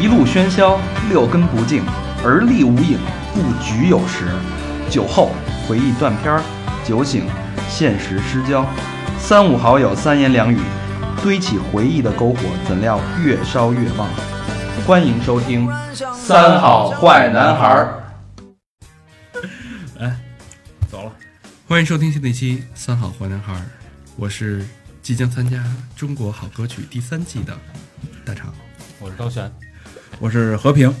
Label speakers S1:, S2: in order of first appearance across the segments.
S1: 一路喧嚣，六根不净，而立无影，不局有时。酒后回忆断片儿，酒醒现实失焦。三五好友三言两语，堆起回忆的篝火，怎料越烧越旺。欢迎收听《三好坏男孩儿
S2: 走了。
S3: 欢迎收听新的一期《三好坏男孩》，我是即将参加《中国好歌曲》第三季的大厂。
S2: 我是高璇，
S4: 我是和平，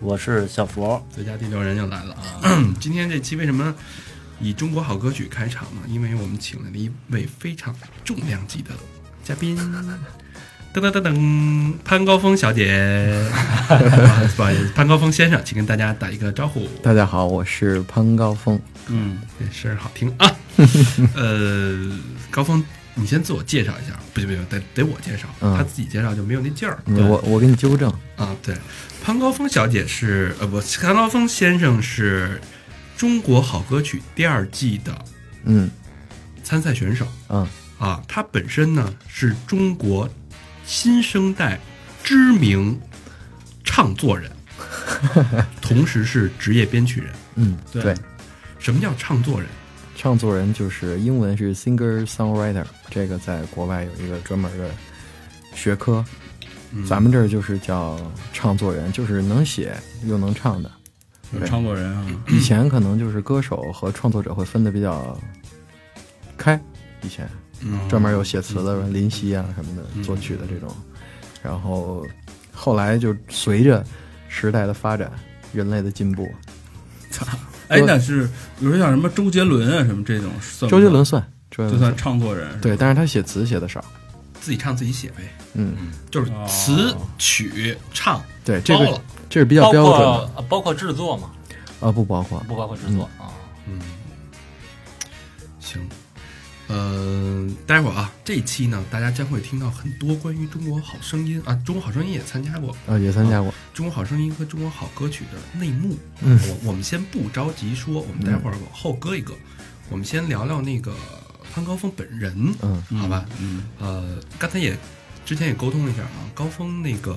S5: 我是小佛，
S3: 最佳第六人又来了啊！ 今天这期为什么以《中国好歌曲》开场呢？因为我们请来了一位非常重量级的嘉宾， 噔噔噔噔，潘高峰小姐， 啊不好意思，潘高峰先生，请跟大家打一个招呼。
S6: 大家好，我是潘高峰。
S1: 嗯，
S3: 这声儿好听啊。呃，高峰，你先自我介绍一下，不行不行，得得我介绍，
S6: 嗯
S3: 他自己介绍就没有那劲儿。
S6: 我我给你纠正，
S3: 啊，对，潘高峰小姐是呃不，潘高峰先生是中国好歌曲第二季的
S6: 嗯
S3: 参赛选手
S6: 嗯
S3: 啊，他本身呢是中国新生代知名唱作人，同时是职业编曲人。
S6: 嗯，
S4: 对
S6: 对，
S3: 什么叫唱作人？
S6: 唱作人就是英文是 singer songwriter，这个在国外有一个专门的学科，
S3: 嗯
S6: 咱们这儿就是叫唱作人，就是能写又能唱的。
S4: 有唱作人啊，
S6: 以前可能就是歌手和创作者会分得比较开，以前
S3: 嗯
S6: 专门有写词的林夕啊什么的，作曲的这种。然后后来就随着时代的发展，人类的进步，
S4: 哎，那是比如说像什么周杰伦啊什么这种，算不
S6: 周
S4: 算
S6: 杰伦算，周杰
S4: 就
S6: 伦
S4: 算唱作人是吧，
S6: 对，但是他写词写的少。
S3: 自己唱自己写呗，
S6: 嗯，
S3: 就是
S4: 哦
S3: 词曲唱
S6: 对，这
S3: 包
S6: 个
S3: 了。
S6: 这是比较
S2: 包
S6: 标准
S2: 括
S6: 的
S2: 呃包括制作嘛，
S6: 啊，不包括。
S2: 不包括制作啊。
S3: 嗯，行，呃，待会儿啊，这一期呢，大家将会听到很多关于《中国好声音》啊，《中国好声音》也参加过，《
S6: 啊，也参加过，
S3: 中国好声音》和《中国好歌曲》的内幕。
S6: 嗯
S3: 我我们先不着急说，我们待会儿往后搁一搁，我们先聊聊那个潘高峰本人，
S6: 嗯，
S3: 好吧？
S4: 嗯，
S3: 呃，刚才也之前也沟通了一下啊，高峰那个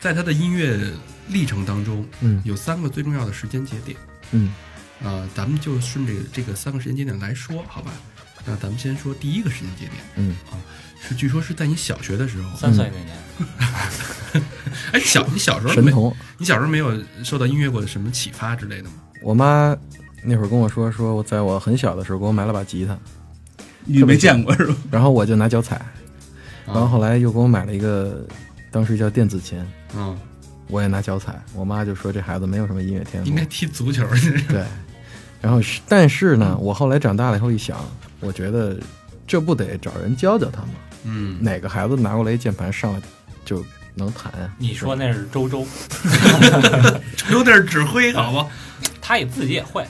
S3: 在他的音乐历程当中，
S6: 嗯
S3: 有三个最重要的时间节点。
S6: 嗯
S3: 呃，咱们就顺着这个三个时间节点来说，好吧？那咱们先说第一个时间节点，啊
S6: 嗯
S3: 是据说是在你小学的时候。
S2: 三岁那年，
S3: 哎，小你小时候
S6: 神
S3: 没
S6: 童。
S3: 你小时候没有受到音乐过的什么启发之类的吗？
S6: 我妈那会儿跟我说，说我在我很小的时候给我买了把吉他，
S4: 你没见过是吧？
S6: 然后我就拿脚踩，
S3: 啊
S6: 然后后来又给我买了一个，当时叫电子琴，
S3: 嗯，
S6: 我也拿脚踩。我妈就说这孩子没有什么音乐天赋
S3: 应，该踢足球。
S6: 对。然后是，但是呢，我后来长大了以后一想，我觉得这不得找人教教他吗？
S3: 嗯，
S6: 哪个孩子拿过来一键盘上来就能弹啊？
S2: 你说那是周周，
S3: 有点指挥，好吧？
S2: 他也自己也会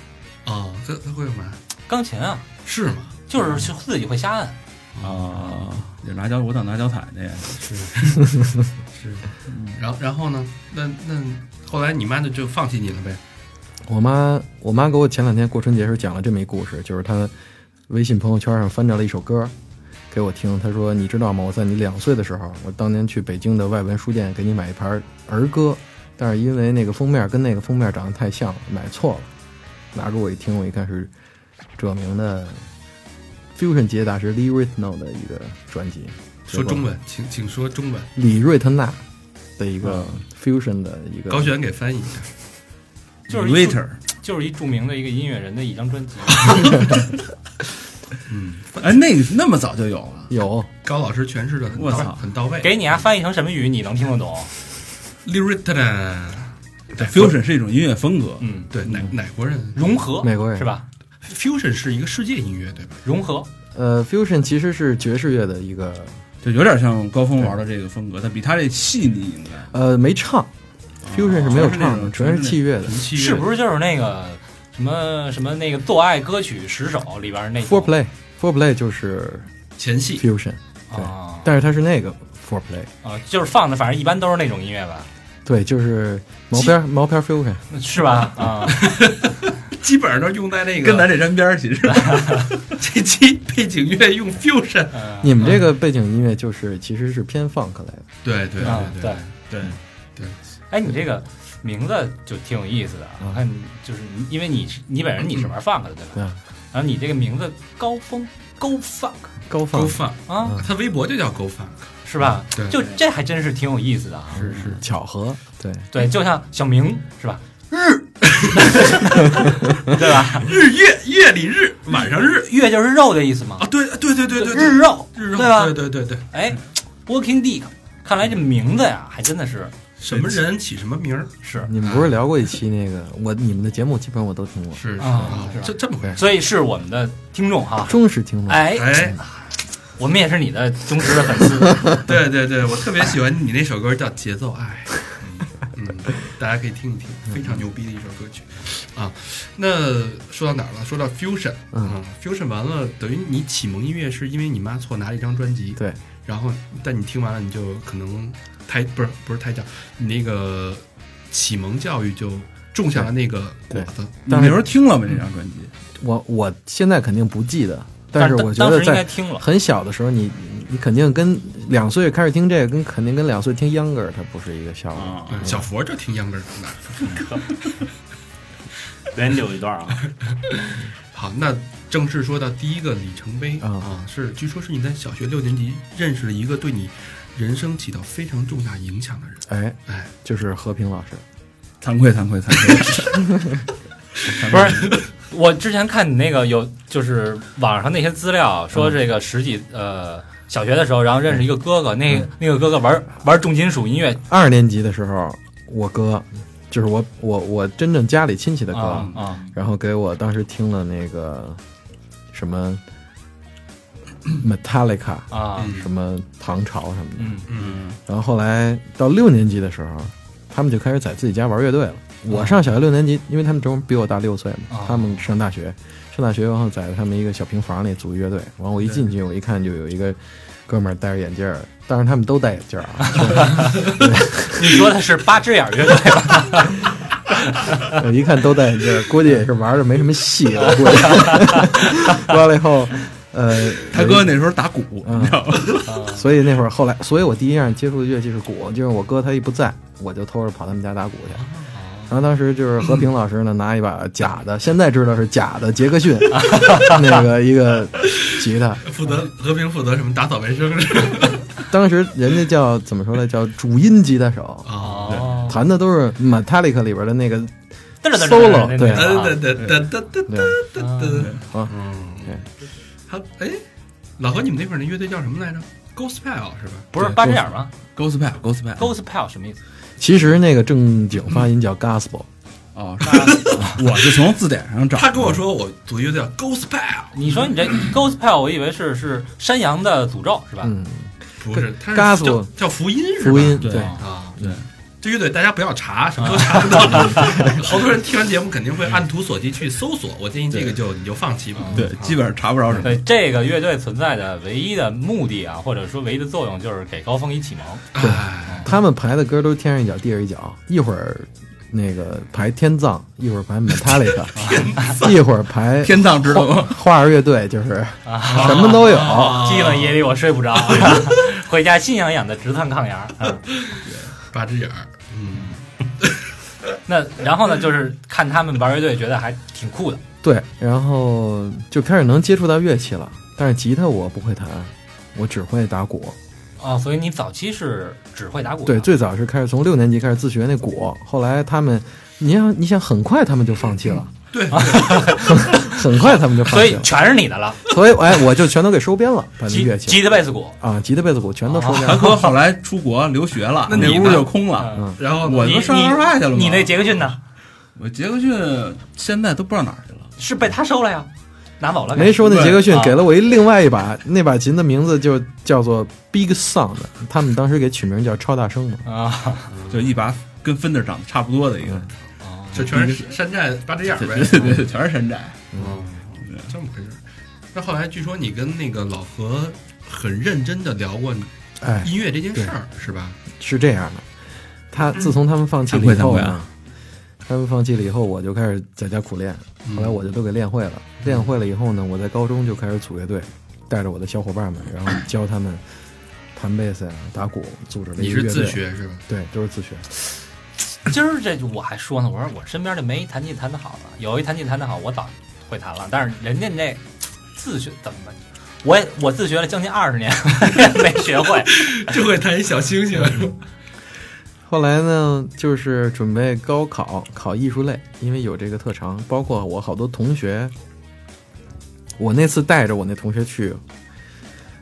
S3: 哦，他他会干嘛？
S2: 钢琴啊，
S3: 是吗？
S2: 就是是自己会瞎按。
S4: 啊，就拿脚，我想拿脚踩去。
S3: 是。然后然后呢？那那后来你妈就就放弃你了呗？
S6: 我妈，我妈给我前两天过春节时候讲了这么一故事，就是她微信朋友圈上翻着了一首歌给我听，她说：“你知道吗？我在你两岁的时候，我当年去北京的外文书店给你买一盘儿歌，但是因为那个封面跟那个封面长得太像了，买错了。”拿给我一听，我一看是哲明的 fusion 吉他大师李瑞特纳的一个专辑，
S3: 说中文，请请说中文。
S6: 李瑞特纳的一个 fusion 的一个
S3: 嗯高璇给翻译一下。
S6: 嗯
S2: 就是一著
S4: waiter，
S2: 就是一著名的一个音乐人的一张专 辑，
S4: 哎，那个那么早就有了，
S6: 有
S3: 高老师诠释的很
S4: 我
S3: 到
S4: 操
S3: 很到位。
S2: 给你啊翻译成什么语你能听得 懂？
S3: l i r i t a 对
S4: fusion 是一种音乐风格，
S2: 嗯，
S3: 对哪哪国人
S2: 融合
S6: 美国人
S2: 是吧？
S3: ？Fusion 是一个世界音乐，对吧？
S2: 融合
S6: 呃，fusion 其实是爵士乐的一个，
S4: 就有点像高峰玩的这个风格，但比他这细腻应该。
S6: 呃，没唱，fusion 是没有唱的，全
S4: 全是那种
S6: 是器乐的
S3: 纯器乐
S2: 是不是就是那个什么什么那个做爱歌曲十首里边那种
S6: ，four play，four play 就是
S3: 前戏？
S6: fusion，
S2: 啊
S6: 但是它是那个 four play，
S2: 啊，就是放的，反正一般都是那种音乐 吧，
S6: 对，就是毛片毛片 fusion，
S2: 是吧？啊，
S3: 基本上都用在那个
S4: 跟咱这沾边儿，其实
S3: 这期背景乐用 fusion。
S2: 嗯
S6: 你们这个背景音乐就是其实是偏 funk 类的，
S3: 对对
S2: 啊
S3: 对
S2: 对，
S4: 对，
S3: 对，
S2: 哎，你这个名字就挺有意思的啊！我看你就是你因为你是你本人你是玩 funk 的对吧？
S6: 对，
S2: 然后你这个名字高峰 Go Funk
S6: 高放
S3: 勾放，
S2: 啊，
S3: 他微博就叫勾放，
S2: 是吧？
S3: 嗯对
S2: 就这还真是挺有意思的啊！
S6: 是是巧合，对，
S2: 对，就像小明是吧？日， 对吧？
S3: 日月夜里日晚上日
S2: 月就是肉的意思嘛
S3: 啊，，对对对对对对，
S2: 日肉，
S3: 日肉，
S2: 对吧？
S3: 对对对对，
S2: 哎，Working Dick，看来这名字呀，还真的是
S3: 什么人起什么名儿，
S2: 是，
S6: 你们不是聊过一期那个我你们的节目基本上我都听过，
S3: 是
S2: 啊是吧
S3: 这这么回事。
S2: 所以是我们的听众哈。
S6: 忠实听众，
S2: 哎，
S3: 哎，
S2: 我们也是你的忠实的粉丝，
S3: 对对对，我特别喜欢你那首歌叫《节奏爱》， 嗯，嗯大家可以听一听，非常牛逼的一首歌曲啊。那说到哪儿了？说到 fusion，
S6: 嗯
S3: 啊，fusion 完了，等于你启蒙音乐是因为你妈错拿了一张专辑，
S6: 对，
S3: 然后但你听完了，你就可能胎不是不是胎教，你那个启蒙教育就种下了那个果子，
S4: 你那时候听了吗？这张专辑？
S6: 我我现在肯定不记得，但
S2: 但
S6: 是
S2: 当
S6: 我觉
S2: 当
S6: 得
S2: 时应该
S6: 在
S2: 听了，
S6: 很小的时候你，你肯定跟两岁开始听这个，跟肯定跟两岁听秧歌儿它不是一个效果。
S2: 嗯
S5: 啊，
S3: 对小佛就听秧歌儿长大的。
S5: 连有一段啊，
S3: 好，那正式说到第一个里程碑
S6: 啊
S3: 啊，是据说是你在小学六年级认识了一个对你人生起到非常重大影响的人。
S6: 哎，
S3: 哎，
S6: 就是和平老师，
S4: 惭愧惭愧惭愧，惭愧
S2: 不是。我之前看你那个有，就是网上那些资料说这个十几呃小学的时候，然后认识一个哥哥，
S6: 嗯
S2: 那那个哥哥玩玩重金属音乐
S6: 二年级的时候，我哥，就是我我我真正家里亲戚的哥，
S2: 啊啊，
S6: 然后给我当时听了那个什么 Metallica，
S2: 啊，
S3: 嗯
S6: 什么唐朝什么的。
S2: 嗯
S3: 嗯
S6: 然后后来到六年级的时候，他们就开始在自己家玩乐队了。我上小学六年级，因为他们正好比我大六岁嘛
S2: 哦，
S6: 他们上大学，上大学然后在他们一个小平房里组乐队。完我一进去，我一看就有一个哥们儿戴着眼镜儿，当然他们都戴眼镜儿啊，
S2: 你说的是八只眼乐队吧？
S6: 我啊一看都戴眼镜儿，估计也是玩的没什么戏了。我估计完了以后，呃，
S4: 他哥那时候打鼓，
S6: 嗯
S4: 你知道吗？
S6: 所以那会儿后来，所以我第一样接触的乐器是鼓，就是我哥他一不在，我就偷着跑他们家打鼓去。然后当时就是和平老师呢，拿一把假的，现在知道是假的杰克逊，那个一个吉他，
S3: 负责和平负责什么打扫卫生是吧？
S6: 当时人家叫怎么说来，叫主音吉他手，
S3: 啊，
S2: 哦，
S6: 弹的都是 Metallica 里边的那个
S2: 嘚儿嘚儿嘚儿
S6: Solo，
S2: 那
S6: 对
S2: 那个啊
S3: 噔噔噔噔噔
S6: 对
S3: 噔噔
S6: 啊
S3: 嗯
S6: 对，
S3: 他哎，老何，你们那会儿那乐队叫什么来着？Gospel 是吧？
S2: 不是八只眼吗
S4: gospel gospel
S2: ？Gospel 什么意思？
S6: 其实那个正经发音叫 Gospel，
S4: 哦，是我是从字典上找的。
S3: 他跟我说，我组乐队叫 Gospel，
S2: 你说你这 Gospel，我以为是是山羊的诅咒是吧？
S6: 嗯，
S3: 不是，他是
S6: Gospel
S3: 叫叫福音是吧？
S6: 福音
S4: 对
S6: 对
S2: 啊
S3: 啊，
S4: 对，啊
S3: 这乐队大家不要查，什么都查不到。 好多人听完节目肯定会按图索骥去搜索，我建议这个就你就放弃吧。啊
S4: 对，基本上查不着什 么。
S2: 对这个乐队存在的唯一的目的啊，或者说唯一的作用，就是给高峰一启蒙。
S3: 本哎，
S6: 他们排的歌都是天上一脚地上一脚，一会儿那个排天葬，一会儿排 Metallica，一会儿排
S4: 天葬知道 吗？
S6: 花儿乐队，就是什么都有。
S2: 寂冷夜里我睡不着， 回家心痒痒的直窜炕沿儿。嗯
S3: 八只眼儿，嗯，
S2: 那然后呢，就是看他们玩乐队，觉得还挺酷的。
S6: 对，然后就开始能接触到乐器了，但是吉他我不会弹，我只会打鼓。
S2: 哦，所以你早期是只会打鼓的，
S6: 对，最早是开始从六年级开始自学那鼓，后来他们，你想你想很快他们就放弃了，
S3: 对，
S6: 很快他们就放
S2: 所
S6: 弃
S2: 以
S6: 了，
S2: 全是你的了，
S6: 所以哎我就全都给收编了，把那
S2: 吉
S6: 乐器
S2: 吉他贝斯鼓。哦
S6: 啊吉他贝斯鼓全都收编了。
S4: 他哥后来出国留学了，
S3: 那
S4: 那
S3: 你
S4: 屋
S3: 呢
S4: 就空了。
S2: 嗯
S3: 然后
S4: 我
S2: 你
S4: 都上
S2: 你
S4: 二外去了吗？
S2: 你那杰克逊呢？
S4: 我杰克逊现在都不知道哪儿去了。
S2: 是被他收了呀，拿走了给。
S6: 没收那杰克逊
S2: 对啊
S6: 给了我一另外一把，那把琴的名字就叫做 Big Sound，他们当时给取名叫超大声嘛。
S2: 啊，
S4: 就一把跟芬德长得差不多的一个，
S3: 就全是山寨八只眼儿
S4: 啊对
S3: 呗，
S4: 对对，对全是山寨。
S3: 嗯，这么回事儿。那后来据说你跟那个老何很认真的聊过
S6: 哎，
S3: 音乐这件事儿，是吧？
S6: 是这样的，他自从他们放弃了以
S4: 惭
S6: 后
S4: 愧惭愧
S6: 呢
S4: 啊，
S6: 他们放弃了以后，我就开始在家苦练，
S3: 嗯
S6: 后来我就都给练会了。练会了以后呢，我在高中就开始组乐队，带着我的小伙伴们，然后教他们弹贝斯呀、啊打鼓，组织了
S3: 你
S6: 一个
S3: 是
S6: 乐
S3: 自
S6: 队。
S3: 学是吧？
S6: 对，都是自学。
S2: 今儿这我还说呢，我说我身边这没弹琴弹得好的，有一弹琴弹得好，我早会弹了。但是人家那自学怎么办？我也我自学了将近二十年， 没学会。
S3: 就会弹一小星 星，
S6: 后来呢，就是准备高考考艺术类，因为有这个特长。包括我好多同学，我那次带着我那同学去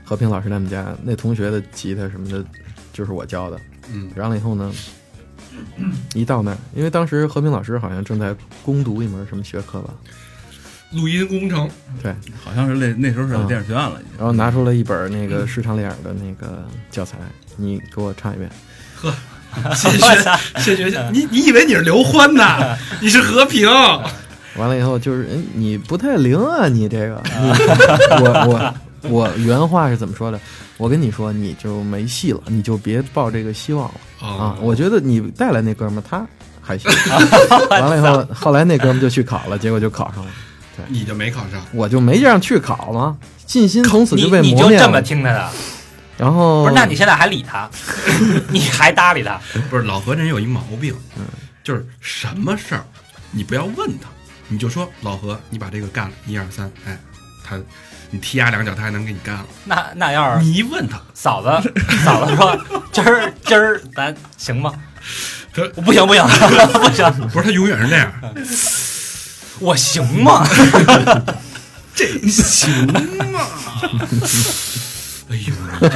S6: 和平老师他们家，那同学的吉他什么的，就是我教的。
S3: 嗯，
S6: 然后以后呢，一到那儿，因为当时和平老师好像正在攻读一门什么学科吧，
S3: 录音工 程，
S4: 好像是那那时候是电影学院了，已经
S6: 然后拿出了一本那个施长里尔的那个教材，你给我唱一遍。
S3: 谢学谢学校，你你以为你是刘欢呐？你是和 平，哦
S6: 完了以后就是，嗯，你不太灵啊，你 这个，你我我我原话是怎么说的？我跟你说，你就没戏了，你就别抱这个希望了
S2: 哦
S6: 啊！我觉得你带来那哥们儿他 还行，完了以后，后来那哥们儿就去考了，结果就考上了，
S3: 你就没考上，
S6: 我就没让去考嘛，信心从此
S2: 你
S6: 被
S2: 你
S6: 磨
S2: 就
S6: 灭
S2: 这么
S6: 了。哦
S2: 听他的，
S6: 然后
S2: 不是？那你现在还理他？ 你还搭理他？
S3: 不是老何这人有一毛病，就是什么事儿你不要问他，你就说老何，你把这个干了，一二三，哎，他你踢他两脚，他还能给你干了。
S2: 那那要是
S3: 你一问他，
S2: 嫂子嫂子说今儿今儿咱行吗
S3: 这？
S2: 我不行不行 不行，
S3: 不是他永远是那样，
S2: 我行吗？
S3: 哎呦，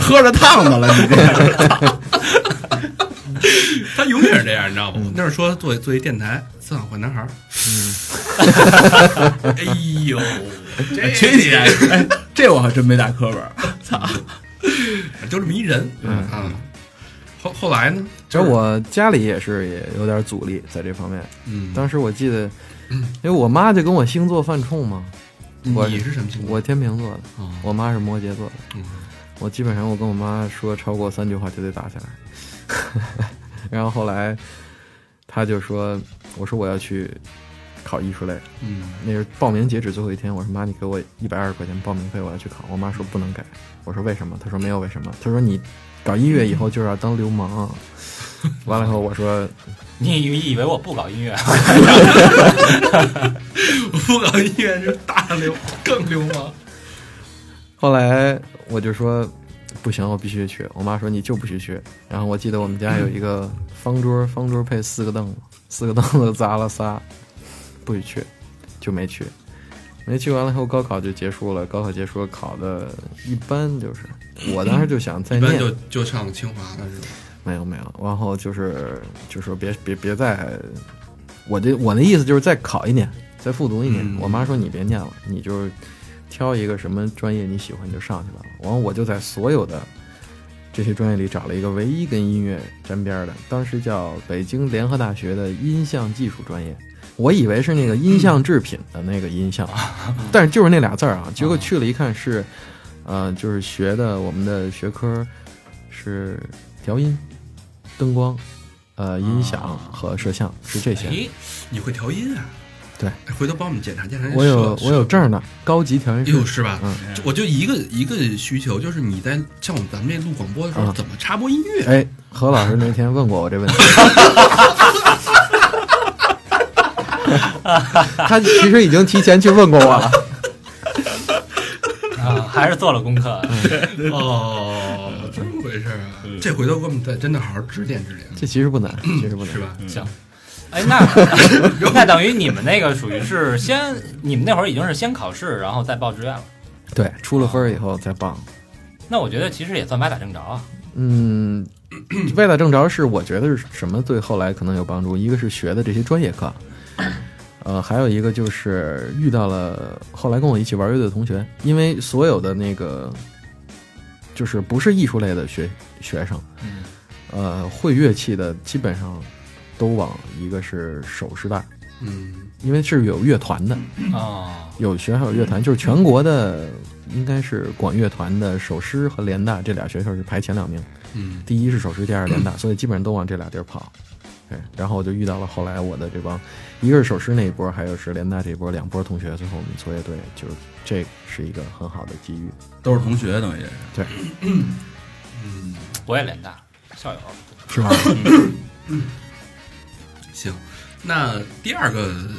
S4: 喝着烫的了，你这
S3: 他永远是这样，你知道吗？我那是说做做一电台，三好坏男孩儿。 哎呦，这
S4: 缺你！哎，这我还真没打课本儿，
S3: 就这么一人，
S6: 嗯
S3: 啊。后后来呢？
S6: 这我家里也是也有点阻力在这方面。
S3: 嗯，
S6: 当时我记得，因为我妈就跟我星座犯冲嘛，我
S3: 你是什么星座？
S6: 我天平座的，
S3: 哦
S6: 我妈是摩羯座的。
S3: 嗯
S6: 我基本上我跟我妈说超过三句话就得打起来， 然后后来她就说，我说我要去考艺术类，
S3: 嗯，
S6: 那是报名截止最后一天，我说妈，你给我一百二十块钱报名费，我要去考。我妈说不能改，我说为什么？她说没有为什么，她说你搞音乐以后就是要当流 氓。完了以后我说
S2: 你以为我不搞音乐？
S3: 不搞音乐是大流更流氓。
S6: 后来我就说不行，我必须去。我妈说你就不许去。然后我记得我们家有一个方桌，
S3: 嗯
S6: 方桌配四个凳子，四个凳子砸了仨，不许去，就没去。没去完了以后，高考就结束了。高考结束了考的一般，就是我当时就想再
S3: 一般
S6: 念，
S3: 就就上清华了是吧？
S6: 没有没有。然后就是就说别别别再，我这我那意思就是再考一年，再复读一年。
S3: 嗯
S6: 我妈说你别念了，你就是挑一个什么专业你喜欢就上去吧。然后我就在所有的这些专业里找了一个唯一跟音乐沾边儿的，当时叫北京联合大学的音像技术专业。我以为是那个音像制品的那个音像， 但是就是那俩字儿啊。结果去了一看是，呃，就是学的我们的学科是调音、灯光、呃音响和摄像，是这些。
S2: 咦，
S3: 哎你会调音啊？
S6: 对
S3: 哎，回头帮我们检查检查。
S6: 我有我有证儿呢，高级调音
S3: 哟，
S6: 师。
S3: 是吧？
S6: 嗯
S3: 就我就一个一个需求，就是你在像我们咱们这录广播的时候，
S6: 嗯
S3: 怎么插播音乐？
S6: 哎，何老师那天问过我这问题，他其实已经提前去问过我了。
S2: 啊，还是做了功课。
S6: 嗯
S3: 哦，这么回事儿啊！这回头给我们再真的好好指点指点，
S6: 这其实不难，其实不难
S3: 是。吧？
S2: 行，哎，那 那等于你们那个属于是先，你们那会儿已经是先考试，然后再报志愿了。
S6: 对，出了分儿以后再报。
S2: 那我觉得其实也算歪打正着啊。
S6: 嗯，歪打正着是我觉得是什么对后来可能有帮助，一个是学的这些专业课，呃，还有一个就是遇到了后来跟我一起玩乐队的同学，因为所有的那个就是不是艺术类的学学生，
S2: 嗯
S6: 呃，会乐器的基本上都往一个是首师大，
S3: 嗯，
S6: 因为是有乐团的，
S2: 哦，
S6: 有学校有乐团，就是全国的应该是管乐团的首师和联大这俩学校是排前两名。
S3: 嗯
S6: 第一是首师，第二是联大，所以基本上都往这俩地儿跑。对，然后我就遇到了后来我的这帮，一个是首师那一波，还有是联大这一波，两波同学，最后我们作业队就是这是一个很好的机遇。
S4: 都是同学，等于也是。
S3: 嗯
S2: 我也脸大，校友。
S6: 是吗？
S3: 行，那第二个、呃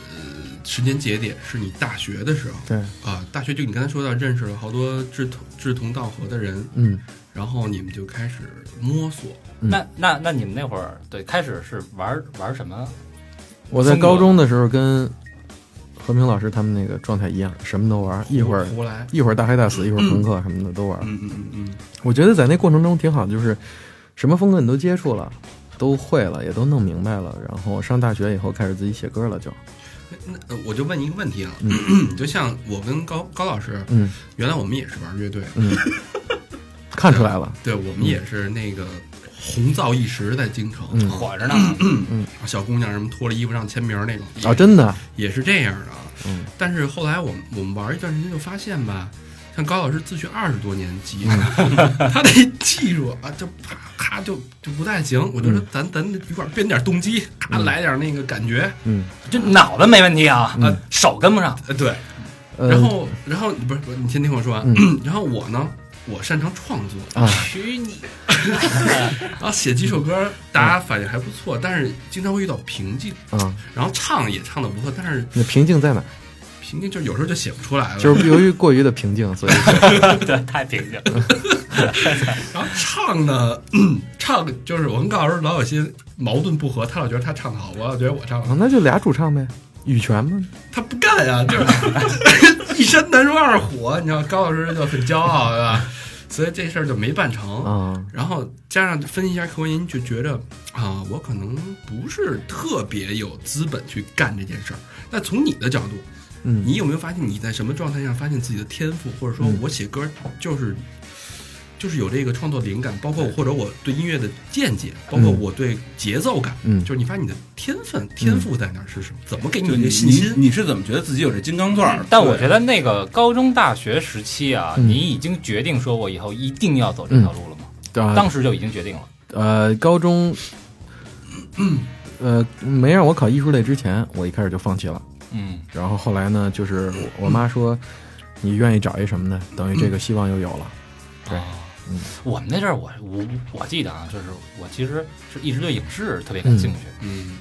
S3: 时间节点是你大学的时候
S6: 对，
S3: 啊，大学就你刚才说到认识了好多志同志同道合的人，
S6: 嗯，
S3: 然后你们就开始摸索，
S6: 嗯
S2: 那那那你们那会儿对开始是玩玩什么？
S6: 我在高中的时候跟和平老师他们那个状态一样，什么都玩，一会 儿
S3: 胡来，
S6: 一会儿大嗨大死，一会儿朋克什么的都玩。
S3: 嗯嗯嗯
S6: 我觉得在那过程中挺好，就是什么风格你都接触了，都会了，也都弄明白了。然后上大学以后开始自己写歌了，就
S3: 嗯，那呃我就问你一个问题啊，
S6: 嗯
S3: 就像我跟高高老师，
S6: 嗯
S3: 原来我们也是玩乐队，
S6: 嗯，看出来了，
S3: 对我们也是那个红造一时在京城，啊
S6: 嗯
S2: 火着呢，
S3: 小姑娘什么脱了衣服让签名那种，
S6: 啊，真的，
S3: 也是这样的啊。
S6: 嗯
S3: 但是后来我们我们玩一段时间就发现吧，像高老师自学二十多年级，
S6: 嗯
S3: 他那技术啊，就啪咔就就不太行。我就说咱咱一块儿编点动机，咔
S6: 嗯
S3: 来点那个感觉，
S6: 嗯，
S2: 这脑子没问题啊，
S6: 嗯
S2: 手跟不上。
S3: 呃对。
S6: 呃
S3: 然后然后不是不是，你先听我说啊
S6: 嗯。
S3: 然后我呢，我擅长创作，
S6: 啊，
S2: 娶你！
S3: 然后写几首歌，大家反应还不错，但是经常会遇到瓶颈。
S6: 啊，
S3: 然后唱也唱的不错，但是
S6: 那瓶颈 在哪？
S3: 瓶颈就有时候就写不出来了。
S6: 就是由于过于的平静，所以
S2: 对，太平静。
S3: 然后唱呢， 唱就是我跟高老师老有些矛盾不和，他老觉得他唱的好，我老觉得我唱的
S6: 啊
S3: 好，
S6: 那就俩主唱呗，羽泉嘛，
S3: 他不干呀、就是 一山难容二虎，你知道高老师就很骄傲，对吧？所以这事儿就没办
S2: 嗯
S3: 成。
S6: 啊，
S3: 然后加上分析一下客观原因，就觉着啊，我可能不是特别有资本去干这件事儿。那从你的角度，
S6: 嗯
S3: 你有没有发现你在什么状态下发现自己的天赋，或者说
S6: 嗯
S3: 我写歌就是、就是有这个创作灵感，包括我或者我对音乐的见解，包括
S6: 嗯
S3: 我对节奏感，
S6: 嗯
S3: 就是你发现你的天分天赋在哪儿是什么？怎么给你
S4: 就
S3: 这
S4: 嗯你
S3: 个信
S4: 你
S3: 心？
S4: 你是怎么觉得自己有这金刚钻儿？
S2: 但我觉得那个高中、大学时期啊，
S6: 嗯
S2: 你已经决定说我以后一定要走这条路了吗？
S6: 啊，
S2: 当时就已经决定了。
S6: 呃，高中，呃，没让我考艺术类之前，我一开始就放弃了。
S2: 嗯，
S6: 然后后来呢，就是我我妈说，你愿意找一什么呢？等于这
S2: 嗯
S6: 个希望又有了。对
S2: 哦
S6: 嗯
S2: 我们那阵儿，我我我记得啊，就是我其实是一直对影视特别感兴趣。
S3: 嗯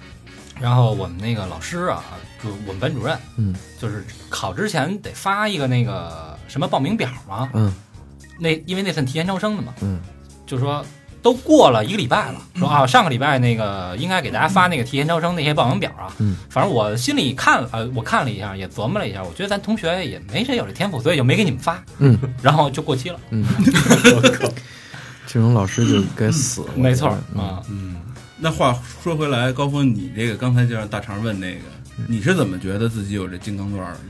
S2: 然后我们那个老师啊，就我们班主任，
S6: 嗯，
S2: 就是考之前得发一个那个什么报名表嘛。
S6: 嗯
S2: 那因为那算提前招生的嘛，
S6: 嗯
S2: 就说都过了一个礼拜了，说啊上个礼拜那个应该给大家发那个提前招生那些报名表啊，
S6: 嗯，
S2: 反正我心里看了，呃，我看了一下，也琢磨了一下，我觉得咱同学也没谁有这天赋，所以就没给你们发，
S6: 嗯，
S2: 然后就过期了，
S6: 嗯，这种老师就该 死。我觉得
S2: 没错儿
S6: 嗯，
S2: 啊，
S3: 嗯，
S4: 那话说回来，高峰，你这个刚才就让大肠问那个，
S2: 嗯
S4: 你是怎么觉得自己有这金刚钻儿的？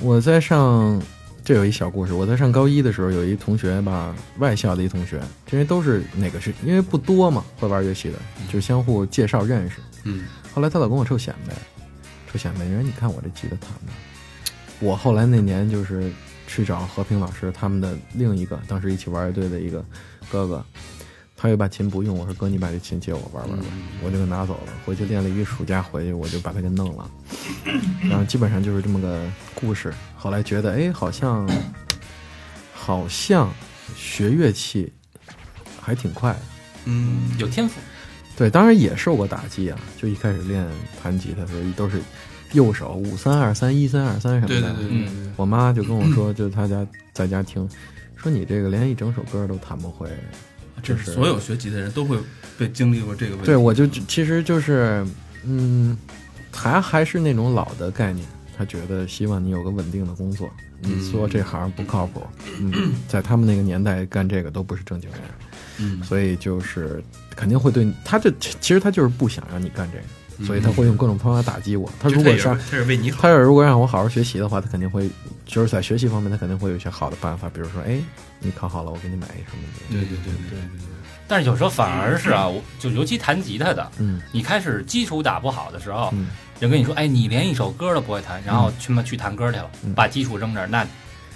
S6: 我在上。这有一小故事，我在上高一的时候，有一同学吧，外校的一同学，因为都是哪个是因为不多嘛，会玩乐器的，就相互介绍认识。
S3: 嗯，
S6: 后来他老跟我臭显摆，臭显摆，人你看我这吉他弹的。我后来那年就是去找和平老师他们的另一个当时一起玩乐队的一个哥哥，他有一把琴不用，我说哥你把这琴借我玩玩吧，我就给拿走了，回去练了一个暑假，回去我就把它给弄了。然后基本上就是这么个故事。后来觉得哎，好像好像学乐器还挺快的。
S3: 嗯
S2: 有天赋，
S6: 对，当然也受过打击啊。就一开始练弹吉他的时候，都是右手五三二三一三二三什么的。
S3: 对对对对对，
S6: 我妈就跟我说，就她家在家听，说你这个连一整首歌都弹不会。
S4: 这
S6: 是
S4: 是所有学吉他人都会被经历过这个问题。
S6: 对，我就其实就是，嗯，她还是那种老的概念，她觉得希望你有个稳定的工作，你做这行不靠谱。嗯，在他们那个年代干这个都不是正经人，
S3: 嗯
S6: 所以就是肯定会对你，他就其实他就是不想让你干这个。所以他会用各种方法打击我。嗯他
S3: 就
S6: 如
S3: 这
S6: 果
S3: 也是
S6: 是
S3: 这是为你好
S6: 他，要如果让我好好学习的话，他肯定会，就是在学习方面，他肯定会有一些好的办法，比如说，哎，你考好了，我给你买一什么的。
S3: 对对对对，
S2: 但是有时候反而是啊，我就尤其弹吉他的，
S6: 嗯
S2: 你开始基础打不好的时候，
S6: 嗯
S2: 人跟你说，哎，你连一首歌都不会弹，然后去嘛去弹歌去了，
S6: 嗯
S2: 把基础扔这儿，那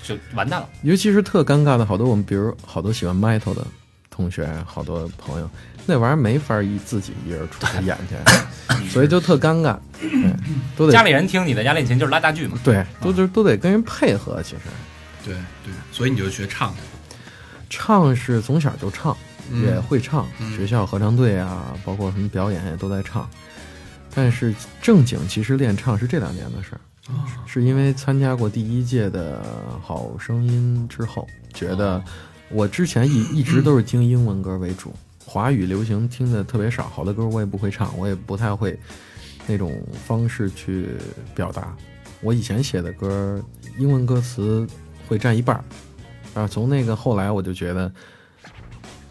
S2: 就完蛋了。
S6: 尤其是特尴尬的，好多我们，比如好多喜欢 metal 的同学、好多朋友，那玩意儿没法一自己一人出去演去， 所以就特尴尬，对，都得
S2: 家里人听你的家练琴就是拉大锯嘛。
S6: 对，都都都得跟人配合。其实
S3: 对对，所以你就学唱去了。
S6: 唱是从小就唱，
S3: 嗯
S6: 也会唱，
S3: 嗯
S6: 学校合唱队啊，包括什么表演也都在唱。但是正经其实练唱是这两年的事儿，
S3: 哦
S6: 是因为参加过第一届的好声音之后，觉
S3: 哦
S6: 得我之前一一直都是听英文歌为主，华语流行听的特别少，好的歌我也不会唱，我也不太会那种方式去表达。我以前写的歌，英文歌词会占一半儿，啊，从那个后来我就觉得，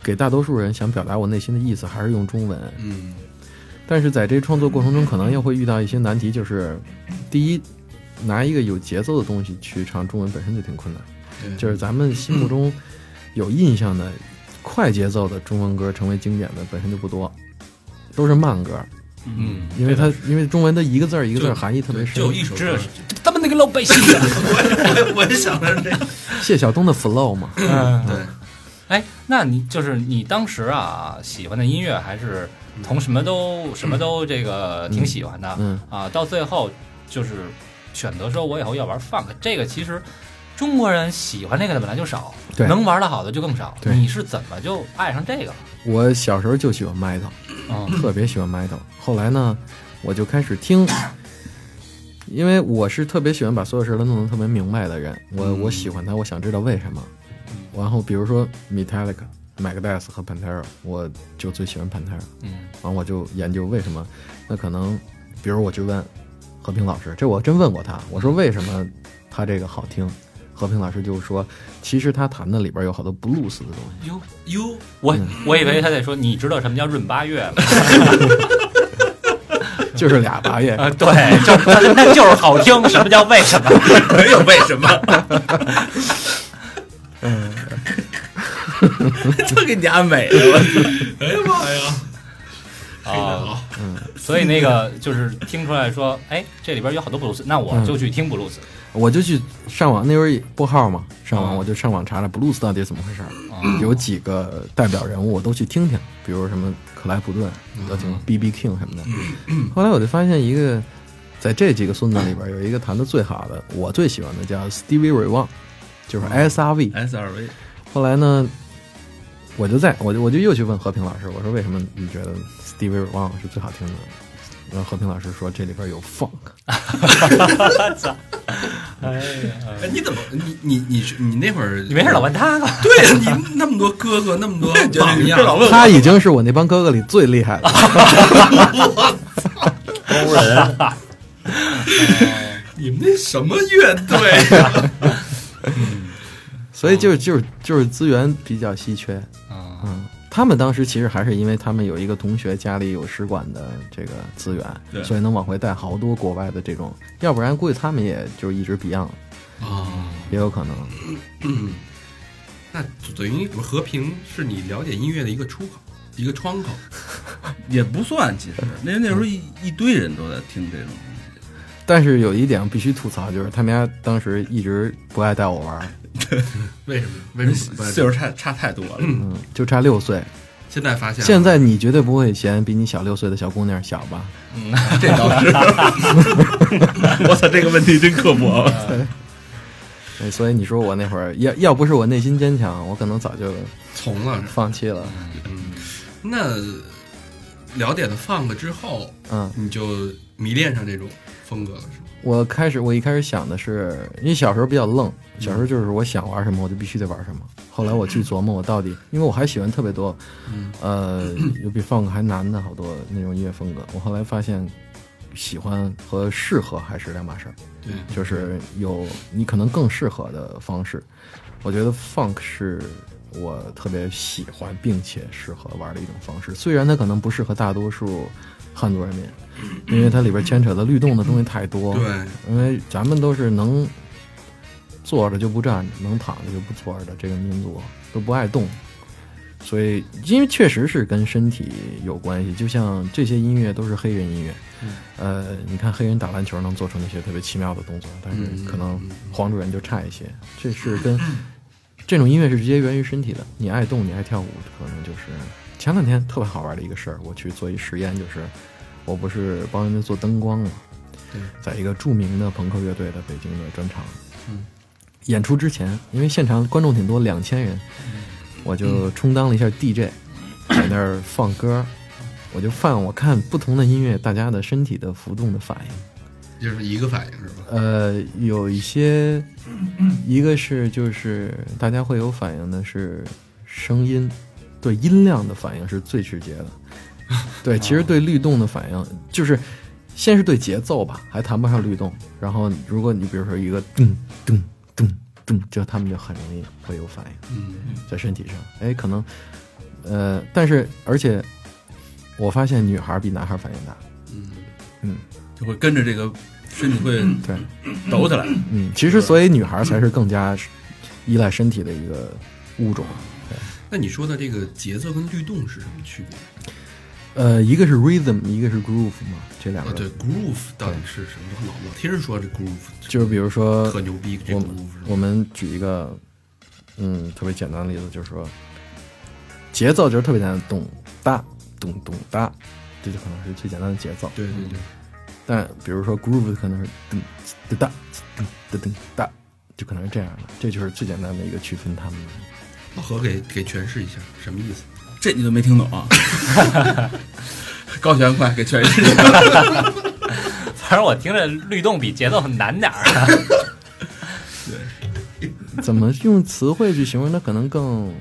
S6: 给大多数人想表达我内心的意思还是用中文，
S3: 嗯
S6: 但是在这创作过程中，可能又会遇到一些难题，就是第一，拿一个有节奏的东西去唱中文本身就挺困难，
S3: 对
S6: 就是咱们心目中有印象的快节奏的中文歌成为经典的本身就不多，都是慢歌，
S4: 嗯，
S6: 因为它因为中文的一个字儿一个字儿含义特别深，
S4: 就有一首歌，
S2: 他们那个老百姓啊，
S3: 我我也想的是这个。
S6: 谢晓东的 flow 嘛，
S2: 嗯，
S3: 对，
S2: 哎，那你就是你当时啊喜欢的音乐还是从什么都什么都这个挺喜欢的
S6: 嗯，
S2: 啊，到最后就是选择说我以后要玩 funk，这个其实中国人喜欢这个的本来就少，
S6: 对
S2: 能玩的好的就更少。
S6: 对
S2: 你是怎么就爱上这个了？
S6: 我小时候就喜欢 metal。
S2: 嗯
S6: 特别喜欢 metal。后来呢，我就开始听，因为我是特别喜欢把所有事儿都弄得特别明白的人。我我喜欢它，我想知道为什么。然后比如说 Metallica、Megadeth 和 Pantera，我就最喜欢 Pantera。
S2: 嗯
S6: 然后我就研究为什么。那可能，比如我去问和平老师，这我真问过他，我说为什么他这个好听？和平老师就说，其实他弹的里边有好多 blues 的东西。
S2: 哟，
S3: 哟，
S2: 我我以为他在说你知道什么叫润八月吗？
S6: 就是俩 八月，
S2: 啊，对，就是 那就是好听。什么叫为什么？
S4: 没有为什么，嗯，就给你安美了，
S3: 哎呀妈呀！
S2: 啊，所以那个就是听出来说，哎，这里边有好多布鲁斯，那我就去听布鲁斯。
S6: 我就去上网，那会儿拨号嘛，上网
S2: 嗯
S6: 我就上网查查 blues 到底怎么回事儿，
S2: 嗯
S6: 有几个代表人物我都去听听，比如什么克莱普顿，我都听 B B King 什么的。 后来我就发现一个，在这几个孙子里边有一个弹的最好的，我最喜欢的叫 Stevie Ray Vaughan，就是 S R V。
S4: S R V，
S6: 后来呢，我就在我就我就又去问和平老师，我说为什么你觉得 Stevie Ray Vaughan 是最好听的？然后和平老师说这里边有 funk，
S3: 哎，你怎么你你你是你那会儿
S2: 你没事老问他干嘛？
S3: 对呀，你那么多哥哥，那么多榜样，老
S6: 他已经是我那帮哥哥里最厉害的。
S3: 哎你们那什么乐队啊呀？
S6: 所以就是就是就是资源比较稀缺。
S2: 嗯
S6: 嗯，他们当时其实还是因为他们有一个同学家里有使馆的这个资源，
S4: 对
S6: 所以能往回带好多国外的这种，要不然估计他们也就一直 Beyond 了
S3: 啊，
S6: 也有可能。
S3: 那等于和平是你了解音乐的一个出口，一个窗口。
S4: 也不算，其实那那时候一一堆人都在听这种东西，
S6: 但是有一点必须吐槽，就是他们家当时一直不爱带我玩儿，
S3: 为什么？为什么？
S4: 岁数差差太多了，
S6: 嗯，就差六岁。
S3: 现在发现了，啊
S6: 现在你绝对不会嫌比你小六岁的小姑娘小吧？
S4: 这倒是，我操，这个问题真 刻薄，
S6: 呃所以你说我那会儿要要不是我内心坚强，我可能早就
S3: 从了。
S6: 放弃了。
S3: 那了解了 funk 之后，
S6: 嗯，
S3: 你就迷恋上这种风格了，是吗？
S6: 我开始，我一开始想的是，因为小时候比较愣，小时候就是我想玩什么我就必须得玩什么。后来我去琢磨，我到底，因为我还喜欢特别多，呃，有比 funk 还难的好多那种音乐风格。我后来发现，喜欢和适合还是两码事儿，
S3: 对，
S6: 就是有你可能更适合的方式。我觉得 funk 是我特别喜欢并且适合玩的一种方式，虽然它可能不适合大多数汉族人民，因为它里边牵扯的律动的东西太多。
S3: 对，
S6: 因为咱们都是能坐着就不站着，能躺着就不坐着的这个民族，都不爱动。所以，因为确实是跟身体有关系，就像这些音乐都是黑人音乐，
S3: 嗯
S6: 呃，你看黑人打篮球能做出
S3: 嗯
S6: 那些特别奇妙的动作，但是可能黄种人就差一些，这是跟这种音乐是直接源于身体的，你爱动，你爱跳舞，可能就是前两天特别好玩的一个事儿，我去做一实验，就是我不是帮人家做灯光嘛，
S3: 对，
S6: 在一个著名的朋克乐队的北京的专场，
S3: 嗯，
S6: 演出之前，因为现场观众挺多，两千人，我就充当了一下 DJ，、在那儿放歌，我就放我看不同的音乐，大家的身体的浮动的反应。
S3: 就是一个反应是吧？
S6: 呃，有一些，一个是就是大家会有反应的是声音，对音量的反应是最直接的。对，其实对律动的反应就是，先是对节奏吧，还谈不上律动。然后如果你比如说一个咚咚咚咚，就他们就很容易会有反应。
S3: 嗯，
S6: 在身体上，哎，可能，呃，但是而且，我发现女孩比男孩反应大，
S4: 就会跟着这个身体 会
S6: 对，
S4: 抖起来。
S6: 嗯，其实所以女孩才是更加依赖身体的一个物种，
S3: 那你说的这个节奏跟律动是什么区别？
S6: 呃，一个是 rhythm，一个是 groove 嘛，这两
S3: 啊，
S6: 个，
S3: 对，groove 到底是什么？老老听人说这 groove
S6: 就是比如说
S3: 特牛逼，这
S6: 我
S3: groove 是吧
S6: 我们举一个，嗯，特别简单的例子，就是说，节奏就是特别简单，咚哒咚咚哒，这就可能是最简单的节奏，
S3: 对对对，
S6: 但比如说 groove 可能是噔噔哒噔噔噔哒，就可能是这样的，这就是最简单的一个区分它们。
S3: 老何给给诠释一下什么意思？
S4: 这你都没听懂 啊？高悬快给全世界，
S2: 反正我听着律动比节奏难点儿啊。
S6: 怎么用词汇去形容它，可能更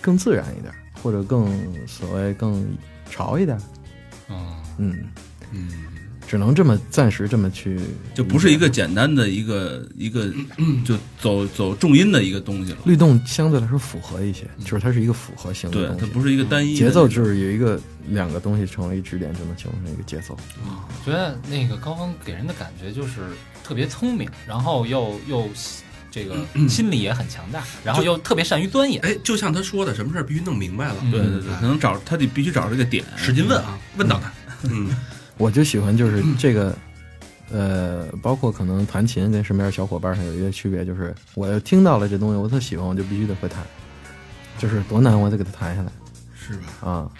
S6: 更自然一点，或者更所谓更潮一点。嗯，
S3: 嗯，
S6: 只能这么暂时这么去，
S4: 就不是一个简单的一个一个
S3: 嗯
S4: 就走走重音的一个东西了。
S6: 律动，相对来说符合一些，就是它是一个复合型
S4: 嗯对
S6: 的，
S4: 它
S6: 东西
S4: 不。是一个单一的
S6: 节奏
S4: 那
S6: 就
S4: 种
S6: 是有一个两个东西成为一支点，就能形成一个节奏。
S2: 我觉得那个高峰给人的感觉就是特别聪明，然后又又这个心理也很强大，然后又特别善于钻研。
S3: 哎，就像他说的，什么事儿必须弄明白了，嗯
S4: 对对对，
S2: 嗯
S4: 可能找他得必须找这个点，
S3: 使劲问啊，问到他，嗯，
S6: 我就喜欢就是这个，呃，包括可能弹琴跟身边小伙伴上有一个区别，就是我要听到了这东西，我特喜欢，我就必须得会弹，就是多难我得给它弹下来
S3: 是吧？
S6: 啊。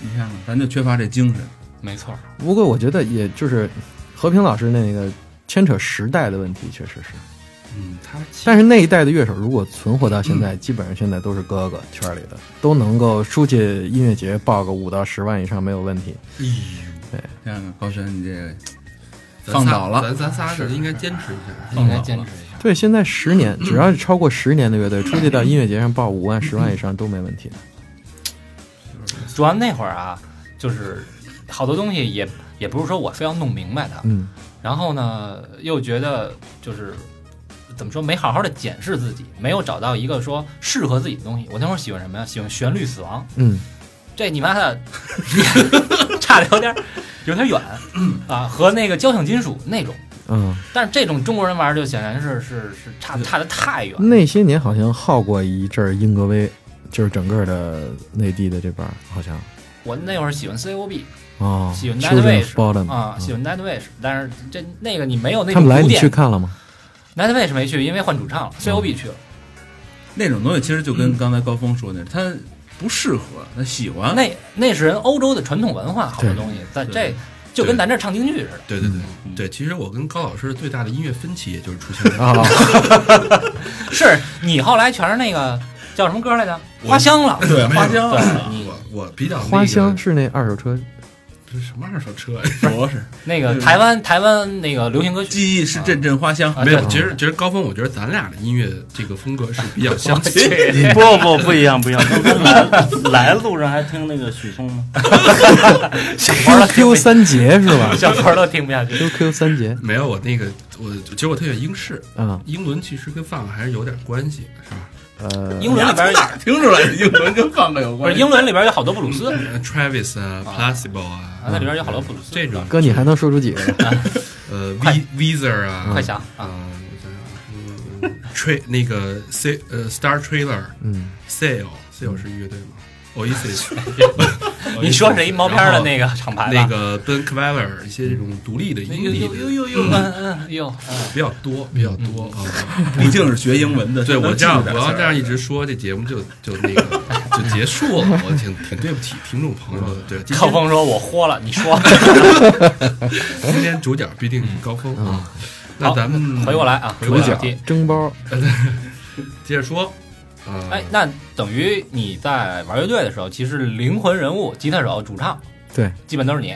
S4: 你看看，咱就缺乏这精神。
S2: 没错，
S6: 不过我觉得也就是和平老师那个牵扯时代的问题，确实是。
S3: 嗯，他其嗯
S6: 但是那一代的乐手如果存活到现在，基本上现在都是哥哥圈里的，都能够出去音乐节报个五到十万以上没有问题。
S4: 你看看高悬，你这个
S3: 咱仨
S4: 放倒了，
S3: 咱咱仨是应该坚持一下，
S2: 应该坚持一下。
S6: 对，现在十
S2: 嗯
S6: 年，只要是超过十年的乐队，出去到音乐节上报五万、十万以上都没问题的。
S2: 主要那会儿啊，就是好多东西也也不是说我非要弄明白啊它，
S6: 嗯，
S2: 然后呢又觉得就是怎么说没好好的检视自己，没有找到一个说适合自己的东西。我那会儿喜欢什么呀？喜欢旋律死亡，
S6: 嗯，
S2: 这你妈的 差的有点儿有点远啊，和那个交响金属那种。
S6: 嗯，
S2: 但是这种中国人玩儿就显然是是是差差的太远。
S6: 嗯那些年好像耗过一阵儿英格威，就是整个的内地的这边儿好像
S2: 我那会儿喜欢 COB
S6: 哦，
S2: 喜欢
S6: Children
S2: Nightwish
S6: of Bottom 嗯
S2: 啊，喜欢 Nightwish，但是这那个你没有那
S6: 他
S2: 种
S6: 们来
S2: 古
S6: 你去
S2: 典。
S6: 看了吗？
S2: Nightwish 没去，因为换主唱了，COB 去了。
S4: 那种东西其实就跟刚才高峰说的，他不适合，他喜欢。
S2: 那那是人欧洲的传统文化，好多
S6: 对
S2: 东西，但
S4: 对
S2: 这就跟咱这儿唱京剧似的。
S3: 对对对嗯对，其实我跟高老师最大的音乐分歧，也就是出 现在
S6: 啊，
S2: 是你后来全是那个叫什么歌来着？
S3: 我
S2: 花香了，
S3: 对
S2: 花
S3: 没
S2: 香，
S3: 有
S2: 对你
S3: 我我比较那个
S6: 花香是那二手车，
S3: 这什么二手车呀？啊
S4: 不是
S2: 那个台湾台湾那个流行歌曲
S4: 记忆是阵阵花香
S2: 啊，
S3: 没有，
S2: 对
S3: 其实其实高峰，我觉得咱俩的音乐这个风格是比较
S2: 哦
S3: 相近。
S5: 不不不一样不一样，刚刚来来路上还听那个许嵩吗？
S6: QQ 三杰是 吧
S2: 小歌都听不下去。
S6: ？QQ 三杰
S3: 没有我那个，我其实我特喜欢英式，
S6: 啊，
S3: 英伦其实跟放克还是有点关系，是吧？
S6: 呃，
S2: 英伦里边
S4: 哪儿听出来英伦跟放克有
S2: 不
S4: 关
S2: 是
S4: 系？
S2: 英伦里边有好多布鲁斯，啊
S3: 呃，Travis 啊，Placebo 啊，
S2: 那里边有好多布鲁斯，
S3: 这种
S6: 哥你还能说出几个来？
S3: 呃
S2: 快
S3: ，V Visa 啊，
S2: 快想啊，
S3: 啊，我想想啊嗯，Tra 那个 C 呃 Star Trailer
S6: 嗯，
S3: Sale Sale 是乐队吗？Oasis
S2: 你说是一毛片儿的那个厂牌吧？
S3: 那个 Ben c l e v e r 一些这种独立的
S2: 那
S3: 音
S2: 呦
S3: 译
S2: 呦呦呦呦，嗯嗯呦，嗯
S3: 比较多，比较多啊。
S4: 毕竟是学英文 的，
S3: 对我这样，
S4: 的，
S3: 我要这样一直说，这节目就就那个就结束了，我挺挺对不起听众朋友的。对，今
S2: 靠
S3: 天
S2: 风说我豁了，你说
S3: 今天主角必定是高峰啊。那咱们
S2: 回过来啊，回
S3: 回
S2: 过
S3: 过
S2: 来
S3: 来
S2: 啊。第
S6: 蒸包，
S3: 接着说。啊
S2: 哎，那等于你在玩乐队的时候，其实灵魂人物、吉他手、主唱，
S6: 对，
S2: 基本都是你。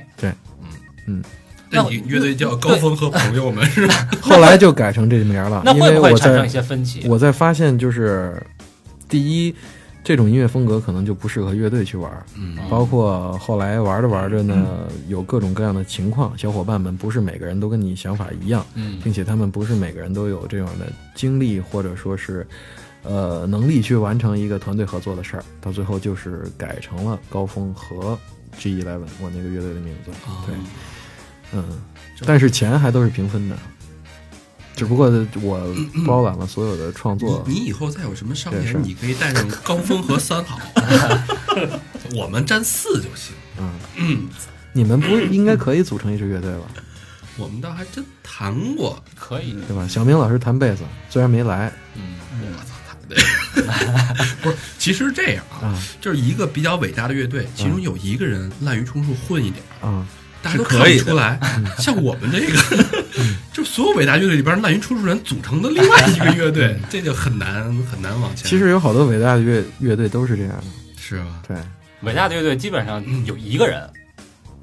S3: 那你乐队叫高峰和朋友们是吧？
S6: 后来就改成这名儿了，
S2: 那
S6: 啊因
S2: 会
S6: 为
S2: 不会
S6: 我
S2: 产生
S6: 在
S2: 一些分歧？
S6: 我在发现就是，第一，这种音乐风格可能就不适合乐队去玩儿，
S3: 嗯
S6: 包括后来玩着玩着呢，有各种各样的情况，小伙伴们不是每个人都跟你想法一样，
S2: 嗯
S6: 并且他们不是每个人都有这样的经历或者说是，呃，能力去完成一个团队合作的事儿，到最后就是改成了高峰和 G Eleven 我那个乐队的名字，
S3: 哦
S6: 对，嗯，但是钱还都是平分的。只不过我包揽了所有的创作，
S3: 你你以后再有什么商
S6: 这事
S3: 演，你可以带上高峰和三 好，我们占四就行。
S6: 嗯，你们不是应该可以组成一支 乐队吧？
S3: 我们倒还真谈 过，
S2: 可以，
S6: 对吧？小明老师弹贝斯，虽然没来
S3: 我操，谈的不是。其实这样啊
S6: 啊，
S3: 就是一个比较伟大的乐队，其中有一个人滥竽充数混一点儿，
S6: 啊，
S3: 大家都
S4: 是可
S3: 看不
S4: 以的
S3: 出来。像我们这个，就是所有伟大乐队里边滥竽充数人组成的另外一个乐队，这就很难很难往前。
S6: 其实有好多伟大的乐乐队都是这样的，
S3: 是吧，
S6: 对，
S2: 伟大的乐队基本上有一个人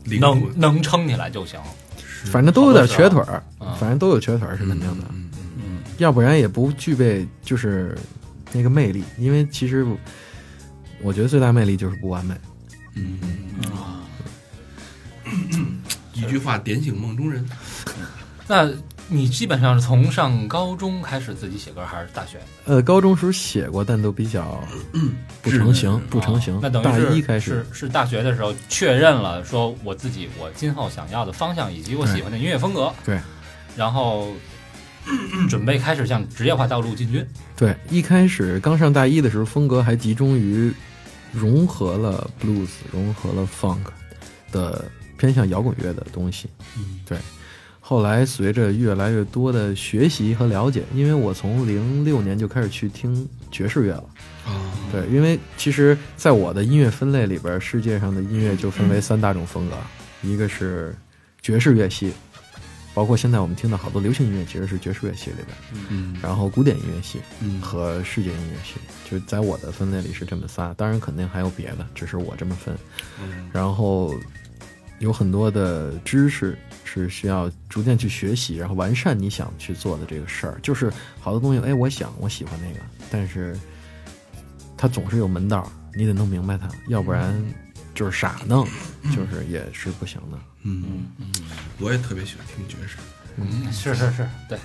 S3: 灵魂
S2: 能能撑起来就行。
S6: 反正都有点瘸腿儿
S2: 好多时候啊，
S6: 反正都有瘸腿儿是肯定的，
S3: 嗯嗯
S6: 要不然也不具备就是那个魅力，因为其实我觉得最大魅力就是不完美，
S3: 嗯一句话点醒梦中人。
S2: 那你基本上是从上高中开始自己写歌，还是大学？
S6: 呃，高中时候写过，但都比较不成形，不成形
S2: 哦。那等于
S6: 大
S2: 是
S6: 一开始，
S2: 是是大学的时候确认了，说我自己我今后想要的方向以及
S6: 嗯
S2: 我喜欢的音乐风格。
S6: 对，
S2: 然 后准备开始向职业化道路进军。
S6: 对，一开始刚上大一的时候，风格还集中于融合了 blues、融合了 funk 的偏向摇滚乐的东西。
S3: 嗯，
S6: 对。后来随着越来越多的学习和了解，因为我从零六年就开始去听爵士乐了。
S3: 啊，
S6: 对，因为其实在我的音乐分类里边儿，世界上的音乐就分为三大种风格，一个是爵士乐系，包括现在我们听到好多流行音乐其实是爵士乐系里边儿，
S3: 嗯
S6: 然后古典音乐系，
S3: 嗯
S6: 和世界音乐系，就是在我的分类里是这么仨，当然肯定还有别的，只是我这么分。
S3: 嗯
S6: 然后有很多的知识是需要逐渐去学习，然后完善你想去做的这个事儿。就是好多东西，哎，我想我喜欢那个，但是它总是有门道儿，你得弄明白它，要不然就是傻弄，就是也是不行的。
S3: 嗯，我也特别喜欢听爵士，
S2: 嗯，是是是，对，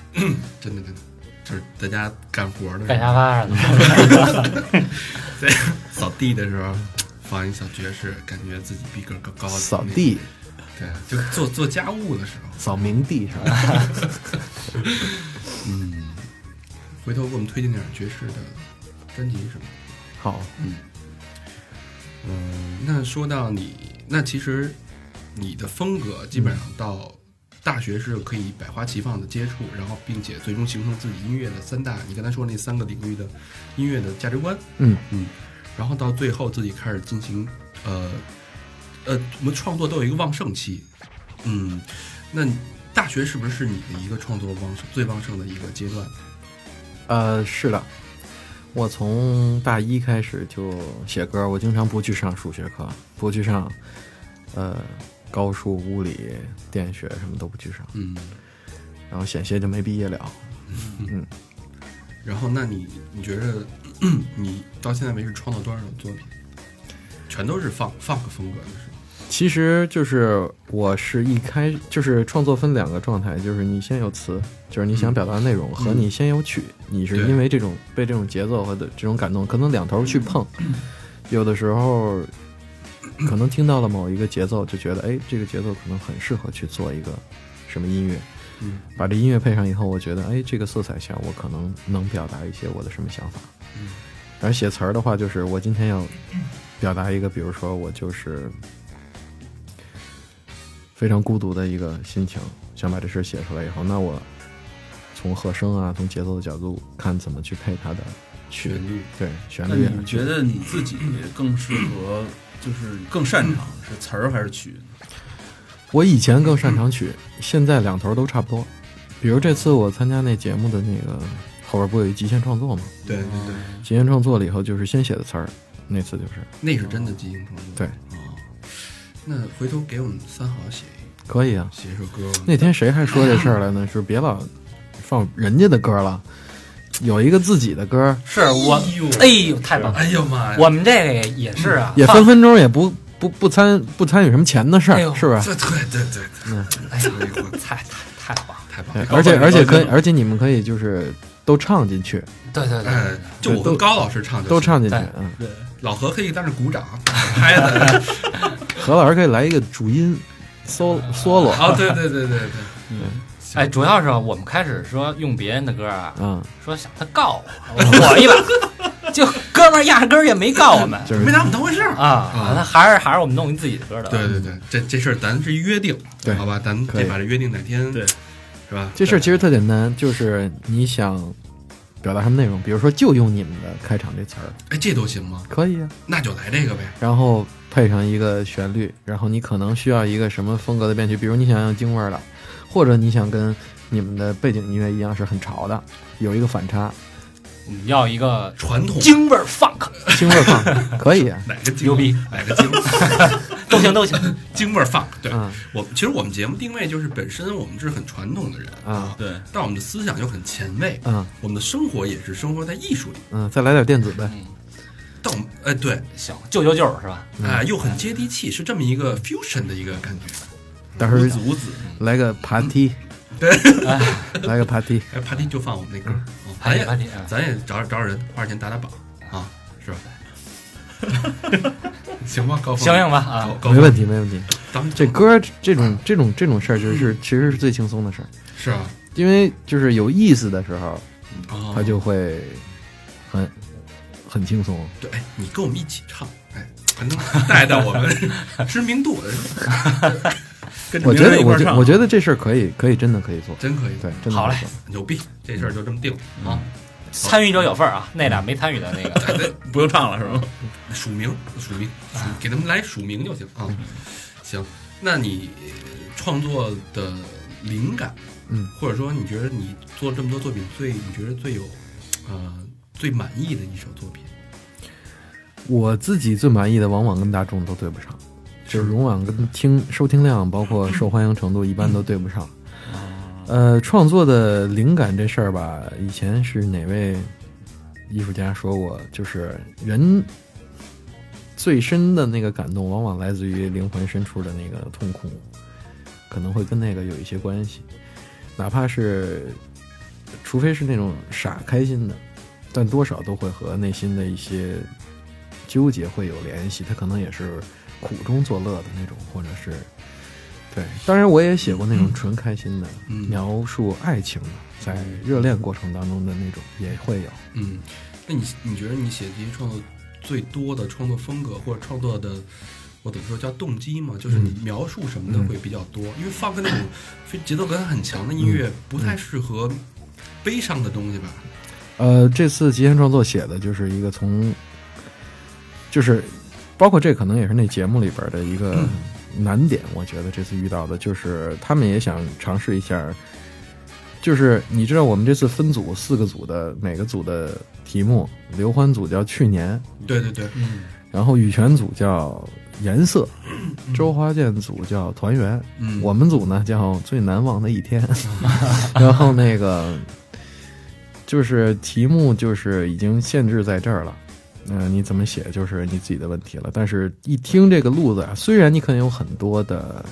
S3: 真的真的，就是在家干活的时候
S2: 盖沙发上的。
S3: 在扫地的时候放一小爵士，感觉自己逼格高高的。
S6: 扫地、
S3: 对，就做做家务的时候，
S6: 扫明地是吧？
S3: 回头给我们推荐点爵士的专辑什么的。
S6: 好，
S3: 嗯，那说到你，那其实你的风格基本上到大学是可以百花齐放的接触，然后并且最终形成自己音乐的三大，你刚才说那三个领域的音乐的价值观，
S6: 嗯
S3: 嗯，然后到最后自己开始进行，呃呃，我们创作都有一个旺盛期，嗯，那你大学是不是你的一个创作旺盛最旺盛的一个阶段？
S6: 呃，是的，我从大一开始就写歌，我经常不去上数学课，不去上，呃，高数、物理、电学什么都不去上，
S3: 嗯，
S6: 然后险些就没毕业了。
S3: 然后那你你觉得 你到现在为止创作多少首作品？全都是放放克风格的是吗？
S6: 其实就是我是一开就是创作分两个状态，就是你先有词，就是你想表达的内容，和你先有曲，你是
S3: 对
S6: 因为这种被这种节奏和的这种感动，可能两头去碰，有的时候可能听到了某一个节奏，就觉得哎，这个节奏可能很适合去做一个什么音乐，
S3: 嗯
S6: 把这音乐配上以后，我觉得哎，这个色彩下我可能能表达一些我的什么想法。而写词儿的话，就是我今天要表达一个，比如说我就是非常孤独的一个心情，想把这事儿写出来以后，那我从和声啊，从节奏的角度看怎么去配它的
S4: 旋律。
S6: 对旋
S4: 那
S6: 律啊。
S4: 你觉得你自己更适合，就是更擅长是词儿还是曲？
S6: 我以前更擅长曲，现在两头都差不多。比如这次我参加那节目的那个后边不有一极限创作吗？
S3: 对对对，
S6: 极限创作了以后就是先写的词儿，那次就是
S3: 啊那是真的即兴创作。
S6: 对
S3: 哦，那回头给我们三好写一
S6: 可以啊。
S3: 写一首歌吧。
S6: 那天谁还说这事儿来呢？就是别老放人家的歌了，有一个自己的歌，
S2: 是我
S3: 哎呦，
S2: 哎呦，太棒了！
S3: 哎呦妈呀！
S2: 我们这个也也是啊，
S6: 也
S2: 放
S6: 分分钟也不不不参不参与什么钱的事
S2: 哎
S6: 儿，
S2: 呦
S6: 是不是？
S3: 这对对对，
S6: 嗯
S2: 哎呀
S3: 对哎呦，
S2: 太太太棒了！
S3: 太棒
S6: 对
S3: 了！
S6: 而且
S4: 高
S6: 而且可以，
S4: 高
S6: 而且你们可以就是都唱进去，
S2: 对对对
S3: 哎，就我跟高老师唱就行
S6: 都，唱进去
S2: 对。
S6: 嗯，
S3: 老何可以在那鼓掌拍 的。
S6: 何老师可以来一个主音 solo solo
S3: 哦，对对对对对，
S2: 哎，主要是我们开始说用别人的歌啊，
S6: 啊，
S2: 说想他告我，我一把，就哥们儿压根儿也没告我们
S6: 就是
S3: 没拿我们当回事儿。
S2: 啊，他还是还是我们弄一自己的歌的，
S3: 对对对，这这事儿咱是约定，
S6: 对
S3: 好吧，咱们
S6: 可
S3: 这
S6: 以
S3: 把这约定哪天，
S4: 对
S3: 是吧？
S6: 这事儿其实特简单，就是你想表达什么内容，比如说就用你们的开场这词儿，
S3: 哎，这都行吗？
S6: 可以啊，
S3: 那就来这个呗。
S6: 然后配上一个旋律，然后你可能需要一个什么风格的编曲，比如你想要京味儿的，或者你想跟你们的背景音乐一样是很潮的，有一个反差，
S2: 我们要一个
S3: 传统
S2: 京味儿 funk，
S6: 京味儿 放可以啊，
S3: 哪个京
S2: 牛逼，
S3: 哪个京
S2: 都行都行，
S3: 京味儿放。对
S6: 嗯
S3: 我，其实我们节目定位就是本身我们是很传统的人
S6: 啊，
S4: 对，
S3: 但我们的思想又很前卫，
S6: 嗯
S3: 我们的生活也是生活在艺术里。
S6: 嗯，再来点电子呗，
S3: 但我们哎对，
S2: 行，救救救是吧？
S3: 啊、又很接地气，是这么一个 fusion 的一个感觉。
S6: 到
S2: 嗯
S6: 时候
S4: 五子
S6: 来个爬梯，哎来个爬梯，
S3: 哎，帕蒂就放我们那歌，嗯
S2: 哎
S3: 咱也
S2: 呀，你啊
S3: 咱也找找找人花点钱打打榜啊，是吧？行吧，高峰，
S2: 行行吧啊
S3: 高，高峰
S6: 没问题没问题。
S3: 咱们
S6: 这歌这种这种这种事儿，就是其实是最轻松的事儿，
S3: 是啊，
S6: 因为就是有意思的时候，
S3: 哦
S6: 它就会很很轻松。
S3: 对，哎你跟我们一起唱，哎，还 能带带我们知名度，
S4: 跟着
S6: 我
S4: 明
S6: 觉
S4: 儿
S6: 得
S4: 一块
S6: 我
S4: 儿啊
S6: 觉
S4: 唱，
S6: 我觉得这事儿可以可以真的可以做，
S3: 真可以，
S6: 对，真的
S2: 好嘞
S6: 可以做
S3: 牛逼，这事儿就这么定了啊。
S2: 参与者有份儿啊，那俩没参与的那个，
S4: 不用唱了是吗？
S3: 署名，署名，署给他们来署名就行啊。行，那你创作的灵感，
S6: 嗯，
S3: 或者说你觉得你做这么多作品最，你觉得最有，呃，最满意的一首作品，
S6: 我自己最满意的往往跟大众都对不上，就是往往跟听收听量，包括受欢迎程度，一般都对不上。呃，创作的灵感这事儿吧，以前是哪位艺术家说过，就是人最深的那个感动，往往来自于灵魂深处的那个痛苦，可能会跟那个有一些关系，哪怕是，除非是那种傻开心的，但多少都会和内心的一些纠结会有联系，他可能也是苦中作乐的那种，或者是对。当然，我也写过那种纯开心的，
S3: 嗯
S6: 描述爱情的，在热恋过程当中的那种也会有。
S3: 嗯，那你你觉得你写这些创作最多的创作风格或者创作的，我怎么说叫动机嘛？就是你
S4: 嗯
S3: 描述什么的会比较多，因为放个那种非节奏感很强的音
S4: 嗯
S3: 乐不太适合悲伤的东西吧？
S6: 呃，这次极限创作写的就是一个从，就是包括这可能也是那节目里边的一个难点，我觉得这次遇到的就是他们也想尝试一下，就是你知道我们这次分组四个组的每个组的题目，刘欢组叫去年，
S3: 对对嗯对，
S4: 嗯
S6: 然后羽泉组叫颜色，周华健组叫团圆，
S3: 嗯，
S6: 我们组呢叫最难忘的一天， 然后那个就是题目就是已经限制在这儿了，嗯、你怎么写就是你自己的问题了。但是，一听这个路子啊，虽然你可能有很多的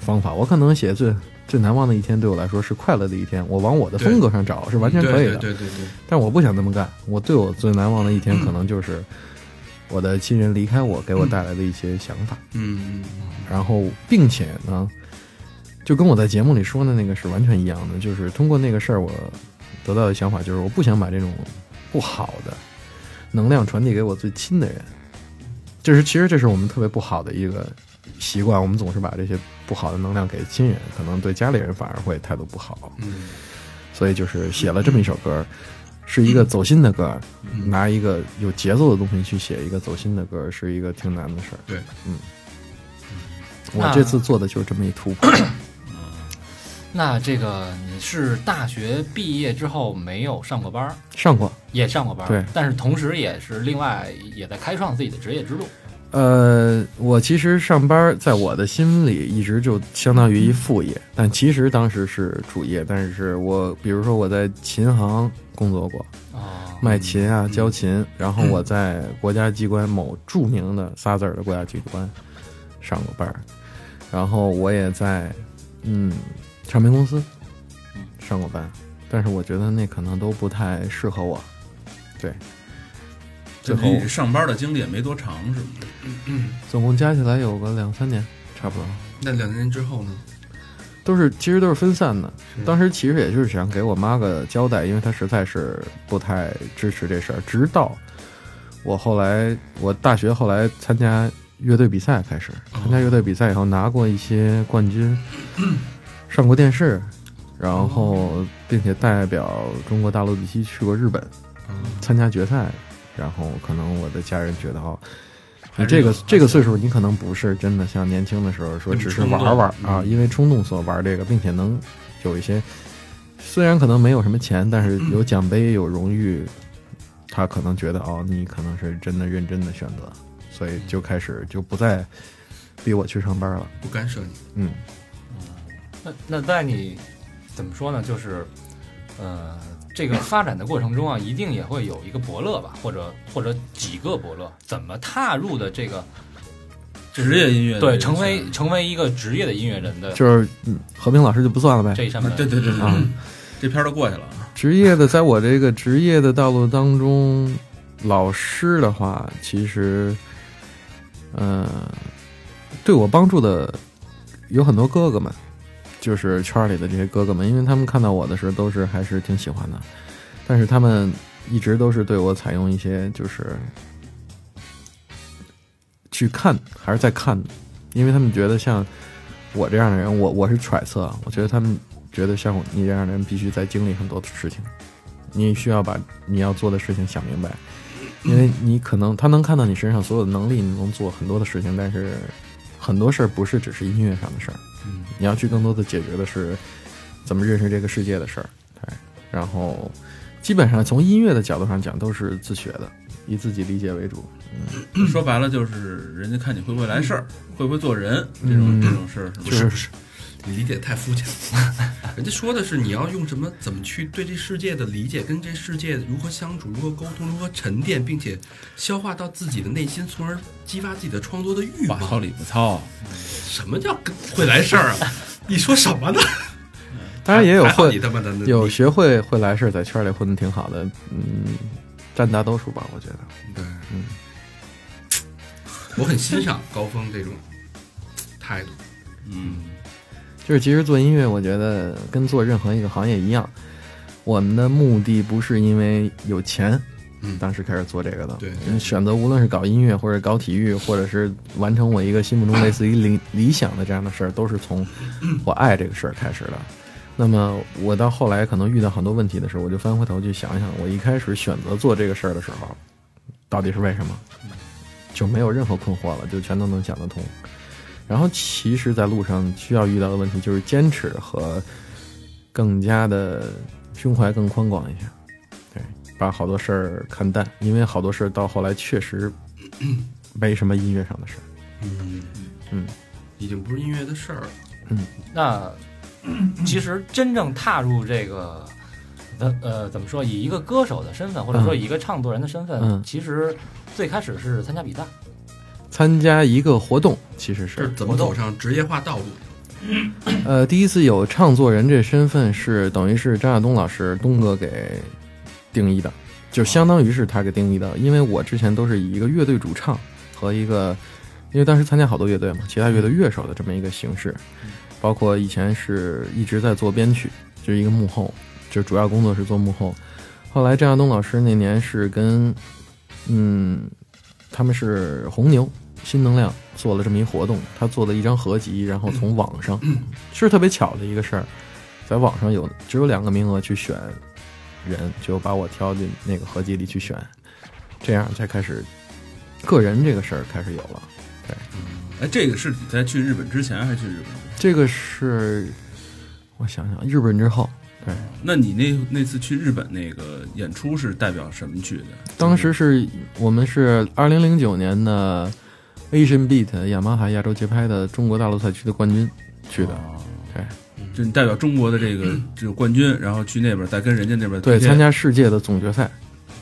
S6: 方法，我可能写最最难忘的一天对我来说是快乐的一天，我往我的风格上找是完全可以的。
S3: 对对对对对。
S6: 但我不想这么干。我对我最难忘的一天，可能就是我的亲人离开我给我带来的一些想法。
S3: 嗯，
S6: 然后并且呢，就跟我在节目里说的那个是完全一样的，就是通过那个事儿，我得到的想法就是我不想把这种不好的能量传递给我最亲的人，这是其实这是我们特别不好的一个习惯，我们总是把这些不好的能量给亲人，可能对家里人反而会态度不好。
S3: 嗯，
S6: 所以就是写了这么一首歌，是一个走心的歌，
S3: 嗯
S6: 拿一个有节奏的东西去写一个走心的歌，是一个挺难的事儿。
S3: 对，
S6: 嗯，我
S2: 那
S6: 这次做的就是这么一突 破。
S2: 那这个你是大学毕业之后没有上过班儿，
S6: 上过，
S2: 也上过班儿，
S6: 对
S2: 但是同时也是另外也在开创自己的职业之路。
S6: 呃，我其实上班在我的心里一直就相当于一副业，但其实当时是主业。但是我比如说我在琴行工作过，
S2: 哦，
S6: 卖琴啊，教琴。然后我在国家机关某著名的仨字儿的国家机关上过班儿，然后我也在嗯唱片公司上过班，但是我觉得那可能都不太适合我。对，最
S4: 就
S6: 后
S4: 你上班的经历也没多长，是吗？
S6: 总共加起来有个两三年，差不多。
S3: 那两年之后呢？
S6: 都是其实都是分散的。当时其实也就是想给我妈个交代，因为她实在是不太支持这事儿。直到我后来，我大学后来参加乐队比赛开始，参加乐队比赛以后拿过一些冠军，上过电视，然后并且代表中国大陆地区去过日本
S3: 嗯
S6: 参加决赛，然后可能我的家人觉得哦。你这个这个岁数，你可能不是真的像年轻的时候说只是玩儿玩儿啊，因为冲动所玩这个，并且能有一些，虽然可能没有什么钱，但是有奖杯有荣誉，他可能觉得哦，你可能是真的认真的选择，所以就开始就不再逼我去上班了。
S3: 不干涉你，
S6: 嗯，
S2: 那那在你怎么说呢？就是，呃，这个发展的过程中啊，一定也会有一个伯乐吧，或者或者几个伯乐，怎么踏入的这个就是
S4: 职业音乐的
S2: 对
S4: 人
S2: 成为
S4: 生
S2: 成为一个职业的音乐人的
S6: 就是嗯和平老师就不算了呗
S2: 这一扇门？
S4: 对对对
S3: 嗯
S4: 对，
S6: 啊
S4: 对，这片儿都过去了啊。
S6: 职业的，在我这个职业的道路当中，老师的话，其实，呃，对我帮助的有很多哥哥们，就是圈儿里的这些哥哥们，因为他们看到我的时候都是还是挺喜欢的，但是他们一直都是对我采用一些就是去看还是在看，因为他们觉得像我这样的人，我我是揣测啊，我觉得他们觉得像我你这样的人必须在经历很多事情，你需要把你要做的事情想明白，因为你可能他能看到你身上所有的能力，你能做很多的事情，但是很多事儿不是只是音乐上的事儿，
S4: 嗯，
S6: 你要去更多的解决的是怎么认识这个世界的事儿，对，然后基本上从音乐的角度上讲都是自学的，以自己理解为主，
S4: 说白了就是人家看你会不会来事儿，会不会做人这种
S6: 嗯
S4: 这种事嗯儿，是
S6: 就？
S4: 吗
S6: 是
S3: 你理解得太肤浅了。 人家说的是你要用什么，怎么去对这世界的理解，跟这世界如何相处，如何沟通，如何沉淀，并且消化到自己的内心，从而激发自己的创作的欲
S4: 话
S3: 望。
S4: 糙理不糙，
S3: 什么叫跟会来事儿啊？ 你说什么呢？
S6: 当然也有
S3: 还好
S6: 混
S3: 你他妈的那
S6: 有学会会来事儿，在圈儿里混的挺好的，嗯，占大多数吧，我觉得。
S3: 对，
S6: 嗯，
S3: 我很欣赏高峰这种态度。
S4: 嗯，
S6: 就是其实做音乐，我觉得跟做任何一个行业一样，我们的目的不是因为有钱，
S3: 嗯
S6: 当时开始做这个的，
S3: 对
S6: 你选择无论是搞音乐，或者搞体育，或者是完成我一个心目中类似于理理想的这样的事儿，都是从我爱这个事儿开始的。那么我到后来可能遇到很多问题的时候，我就翻回头去想想，我一开始选择做这个事儿的时候，到底是为什么，就没有任何困惑了，就全都能想得通。然后其实，在路上需要遇到的问题就是坚持和更加的胸怀更宽广一下，对，把好多事儿看淡，因为好多事儿到后来确实没什么音乐上的事儿。
S3: 嗯
S6: 嗯，
S3: 已经不是音乐的事儿了。
S2: 那其实真正踏入这个，呃呃，怎么说？以一个歌手的身份，或者说以一个唱作人的身份，
S6: 嗯
S2: 其实最开始是参加比赛，
S6: 参加一个活动，其实
S3: 这
S6: 是
S3: 是怎么走上职业化道路？
S6: 呃，第一次有唱作人这身份是等于是张亚东老师东哥给定义的，就相当于是他给定义的，因为我之前都是以一个乐队主唱和一个，因为当时参加好多乐队嘛，其他乐队乐手的这么一个形式，包括以前是一直在做编曲，就是一个幕后，就主要工作是做幕后。后来张亚东老师那年是跟嗯他们是红牛新能量做了这么一活动，他做了一张合集，然后从网上，是特别巧的一个事儿，在网上有只有两个名额去选人，就把我挑进那个合集里去选，这样才开始个人这个事儿开始有了。
S4: 哎，这个是你在去日本之前还是去日本？
S6: 这个是我想想，日本之后，对，
S4: 那你那那次去日本那个演出是代表什么去的？
S6: 当时是我们是二零零九年的 Asian Beat 雅马哈亚洲节拍的中国大陆赛区的冠军去的，
S4: 哦
S6: 对，嗯
S4: 就你代表中国的这个这个冠军，然后去那边再跟人家那边
S6: 对，
S4: 踢
S6: 参。加世界的总决赛，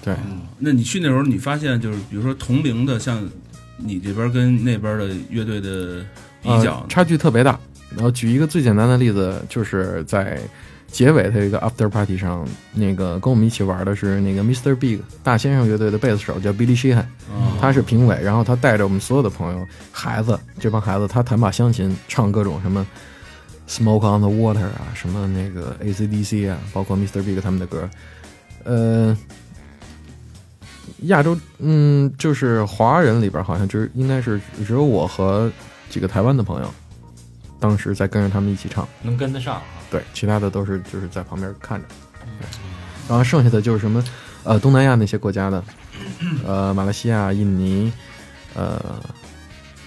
S6: 对，
S4: 那你去那时候，你发现就是比如说同龄的，像你这边跟那边的乐队的比较呢
S6: 呃，，差距特别大。然后举一个最简单的例子，就是在结尾它有一个 after party 上，那个跟我们一起玩的是那个 Mr. Big 大先生乐队的贝斯手叫 Billy Sheehan，
S4: 哦
S6: 他是评委，然后他带着我们所有的朋友、孩子这帮孩子，他弹把乡琴，唱各种什么 Smoke on the Water 啊，什么那个 AC/DC 啊，包括 Mr. Big 他们的歌，呃。亚洲，嗯，就是华人里边好像只应该是只有我和几个台湾的朋友，当时在跟着他们一起唱，
S2: 能跟得上啊。
S6: 对，其他的都是就是在旁边看着，对，然后剩下的就是什么，呃，东南亚那些国家的，呃，马来西亚、印尼，呃，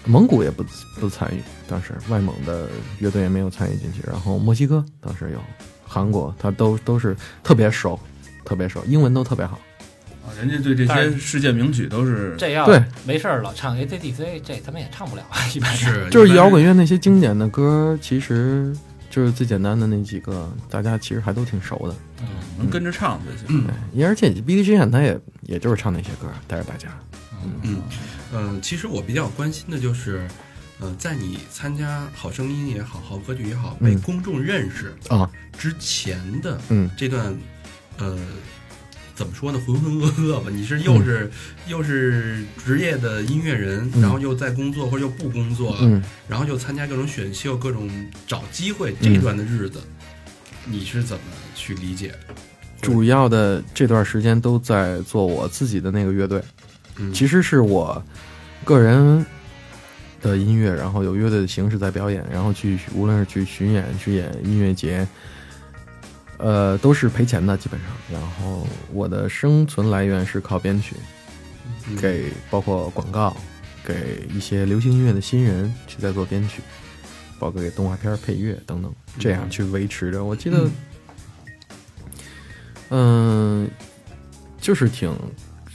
S6: 蒙古也不不参与，当时外蒙的乐队也没有参与进去，然后墨西哥当时有，韩国他都都是特别熟，特别熟，英文都特别好，
S4: 啊
S6: 呃
S4: 人家对这
S2: 但
S4: 些
S2: 是
S4: 世界名曲都是
S2: 这要
S6: 对
S2: 没事儿老唱 ACDC，这他们也唱不了啊，一般人
S3: 哎是
S6: 就是摇滚
S3: 乐，
S6: 乐那些经典的歌，其实就是最简单的那几个，大家其实还都挺熟的。
S4: 能跟着唱就行。
S3: 嗯
S6: 对，而且 B D G 他也也就是唱那些歌带着大家。
S3: 嗯嗯，其实我比较关心的就是，呃，在你参加好声音也好，好歌曲也好，被
S6: 嗯
S3: 公众认识
S6: 啊
S3: 之前的
S6: 嗯
S3: 这段，呃，怎么说呢，浑浑噩噩吧？你是又是、又是职业的音乐人，
S6: 嗯
S3: 然后又在工作或者又不工作了，
S6: 嗯，
S3: 然后又参加各种选秀、各种找机会，这段的日子，你是怎么去理解的？
S6: 主要的这段时间都在做我自己的那个乐队，
S3: 嗯，
S6: 其实是我个人的音乐，然后有乐队的形式在表演，然后去无论是去巡演、去演音乐节，呃，都是赔钱的基本上。然后我的生存来源是靠编曲，
S3: 嗯
S6: 给包括广告，给一些流行音乐的新人去在做编曲，包括给动画片儿配乐等等，这样去维持着。我记得，嗯、就是挺，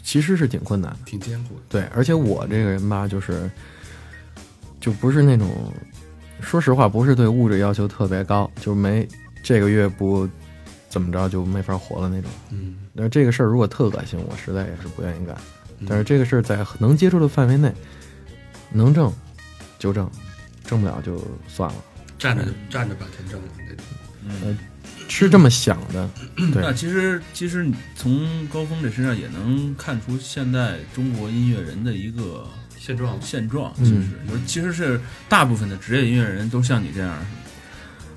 S6: 其实是挺困难的。
S3: 挺艰苦的。
S6: 对，而且我这个人吧，就是就不是那种，说实话，不是对物质要求特别高，就没这个月不怎么着就没法活了那种。
S3: 嗯，
S6: 但是这个事儿如果特恶心，我实在也是不愿意干。但是这个事儿在能接受的范围内，能挣就挣，挣不了就算了，
S3: 站着
S6: 嗯
S3: 站着把钱挣了，这
S6: 是这么想的。呃对
S4: 嗯那其实其实你从高峰这身上也能看出现在中国音乐人的一个
S3: 现状
S4: 现状，
S6: 嗯
S4: 其实、就是其实是大部分的职业音乐人都像你这样，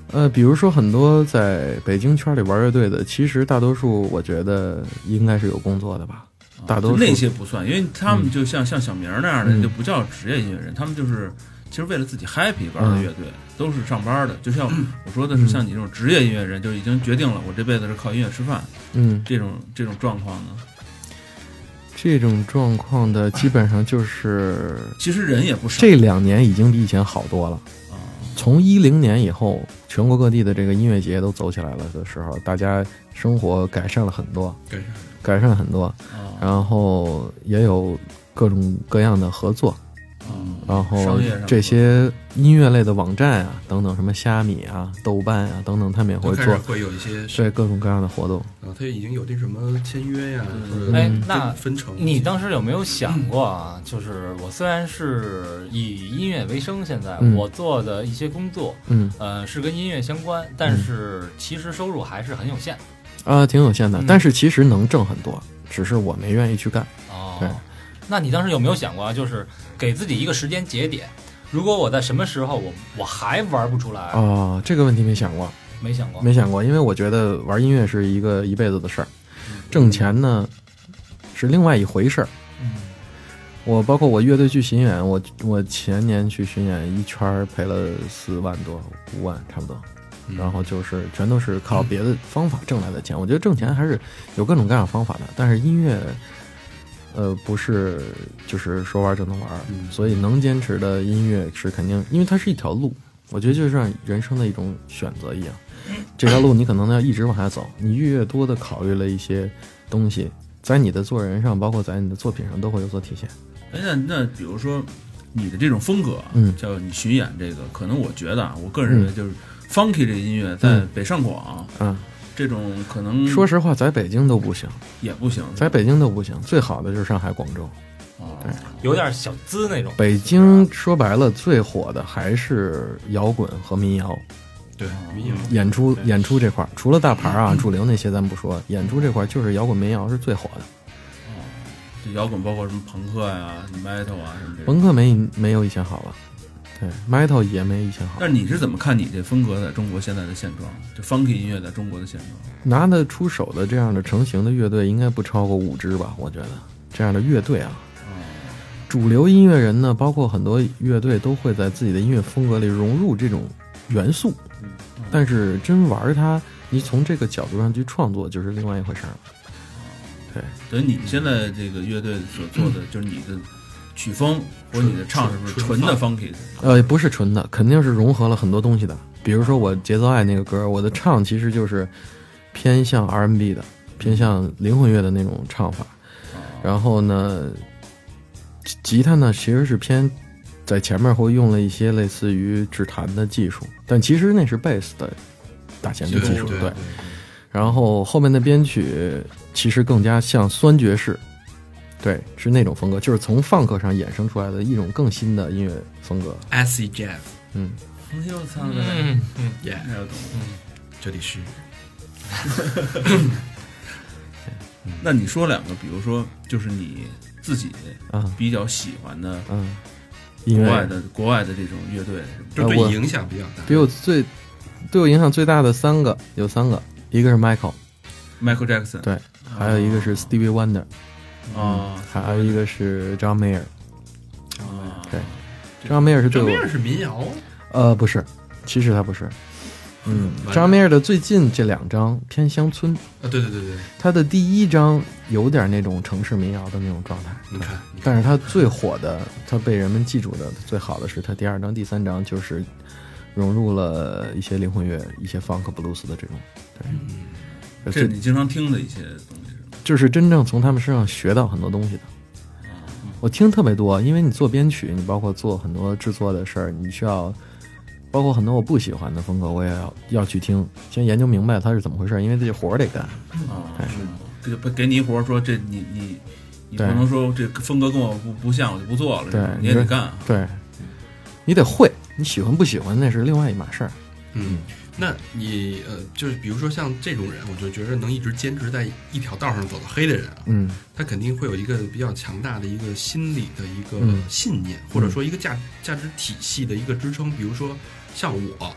S6: 呃，比如说很多在北京圈里玩乐队的，其实大多数我觉得应该是有工作的吧。
S4: 啊
S6: 大多数
S4: 就那些不算，因为他们就像、像小明那样的
S6: 嗯
S4: 就不叫职业音乐人，他们就是。其实为了自己 happy 玩的乐队、都是上班的，就像我说的是，
S6: 嗯
S4: 像你这种职业音乐人，就是已经决定了我这辈子是靠音乐吃饭，
S6: 嗯，
S4: 这种这种状况呢，
S6: 这种状况的基本上就是
S4: 其实人也不少
S6: 这两年已经比以前好多了。
S4: 啊。
S6: 从一零年以后，全国各地的这个音乐节都走起来了的时候，大家生活改善了很多，
S3: 跟上。
S6: 改善很多，
S4: 啊
S6: 然后也有各种各样的合作，
S4: 啊
S6: 然后
S4: 商业上的
S6: 这些音乐类的网站啊，等等，什么虾米啊、豆瓣啊等等，他们也
S3: 就
S6: 会
S3: 开始
S6: 做
S3: 会有一些事，
S6: 对各种各样的活动。
S3: 啊，他已经有那什么签约呀，或者
S2: 哎
S6: 嗯，
S2: 那
S3: 分成。
S2: 你当时有没有想过啊？就是我虽然是以音乐为生，现在
S6: 嗯
S2: 我做的一些工作，
S6: 嗯
S2: 呃，是跟音乐相关，但是其实收入还是很有限。
S6: 啊，挺有限的
S2: 嗯，
S6: 但是其实能挣很多，只是我没愿意去干。对
S2: 哦，那你当时有没有想过啊？就是给自己一个时间节点，如果我在什么时候我我还玩不出来，
S6: 哦，这个问题没想过，
S2: 没想过。
S6: 没想过，因为我觉得玩音乐是一个
S2: 嗯
S6: 一辈子的事儿，挣钱呢是另外一回事儿。
S2: 嗯
S6: 我包括我乐队去巡演，我我前年去巡演一圈儿赔了四万多五万差不多，
S3: 嗯
S6: 然后就是全都是靠别的方法挣来的钱。我觉得挣钱还是有各种各样的方法的，但是音乐，呃，不是就是说玩儿就能玩儿，所以能坚持的音乐是肯定，因为它是一条路，我觉得就像人生的一种选择一样，这条路你可能要一直往下走，你越多的考虑了一些东西，在你的做人上，包括在你的作品上都会有所体现。
S4: 哎，那那比如说你的这种风格，啊
S6: 嗯
S4: 叫你巡演这个，可能我觉得啊，我个人认为就是 funky 这音乐在
S6: 嗯
S4: 北上广
S6: 嗯，
S4: 这种可能
S6: 说实话，在北京都不行，
S4: 也不行，
S6: 在北京都不行，最好的就是上海、广州。
S4: 哦
S6: 对
S2: 有点小资那种。
S6: 北京说白了，最火的还是摇滚和民谣。
S3: 对，民谣
S6: 演出演出这块儿，除了大牌儿啊、主流那些咱不说，演出这块儿就是摇滚民谣是最火的。
S4: 这摇滚包括什么朋克呀、metal 啊什么这种。
S6: 朋克没没有以前好了，对，metal 也没以前好
S4: 但，是你是怎么看你这风格在中国现在的现状？就 funky 音乐在中国的现状？
S6: 拿得出手的这样的成型的乐队应该不超过五支吧？我觉得这样的乐队啊，主流音乐人呢，包括很多乐队都会在自己的音乐风格里融入这种元素，但是真玩儿它，你从这个角度上去创作就是另外一回事儿了。
S4: 等于你现在这个乐队所做的，就是你的曲风或者你的唱是不是纯的 funky？
S6: 呃，不是纯的，肯定是融合了很多东西的。比如说我节奏爱那个歌，我的唱其实就是偏向 R&B 的，偏向灵魂乐的那种唱法。然后呢，吉吉他呢其实是偏在前面会用了一些类似于指弹的技术，但其实那是贝斯的打弦的技术，
S3: 对
S6: 对。然后后面的编曲其实更加像酸爵士，对，是那种风格，就是从 funk 上衍生出来的一种更新的音乐风格。
S3: ，acid jazz，
S6: 嗯，
S4: 哎呦我操！
S2: 嗯，
S3: 耶，
S4: 哎呦懂了
S3: 这里是
S4: 那你说两个，比如说就是你自己
S6: 啊
S4: 比较喜欢的
S6: 嗯，音
S4: 国
S6: 乐
S4: 外的国外的这种乐队是吗？
S3: 就对
S6: 我
S3: 你影响比较大，
S6: 比我最对我影响最大的三个有三个，一个是 Michael，
S4: Michael Jackson
S6: 对还有一个是 Stevie Wonder，
S4: 啊，
S6: 还有一个是 John Mayer。
S4: 啊
S6: 对，John Mayer 是
S3: 这
S6: 对我
S3: 面是民谣，啊
S6: 呃不是，其实他不是。嗯，John Mayer 的最近这两张偏乡村，
S3: 啊，对对对对，
S6: 他的第一张有点那种城市民谣的那种状态，
S3: 你看，你看
S6: 但是他最火的，他被人们记住的最好的是他第二张、第三张，就是融入了一些灵魂乐、一些 funk blues 的这种，
S3: 嗯
S6: 对，
S4: 这是你经常听的一些东西是吗？
S6: 就是真正从他们身上学到很多东西的。我听特别
S3: 嗯
S6: 多，因为你做编曲，你包括做很多制作的事儿，你需要包括很多我不喜欢的风格，我也要要去听，先研究明白它是怎么回事儿，因为这活儿得干。
S4: 啊
S6: 对，
S4: 是吗，给给你一活儿说这你你你不
S6: 对
S4: 能说这风格跟我不不像，我就不做了，
S6: 对
S4: 是吧你也得
S6: 你说
S4: 干啊。
S6: 对，你得会，你喜欢不喜欢那是另外一码事儿。
S3: 嗯，那你呃，就是比如说像这种人，我就觉得能一直坚持在一条道上走到黑的人啊，
S6: 嗯
S3: 他肯定会有一个比较强大的一个心理的一个
S6: 嗯
S3: 信念，或者说一个价价值体系的一个支撑。比如说像我，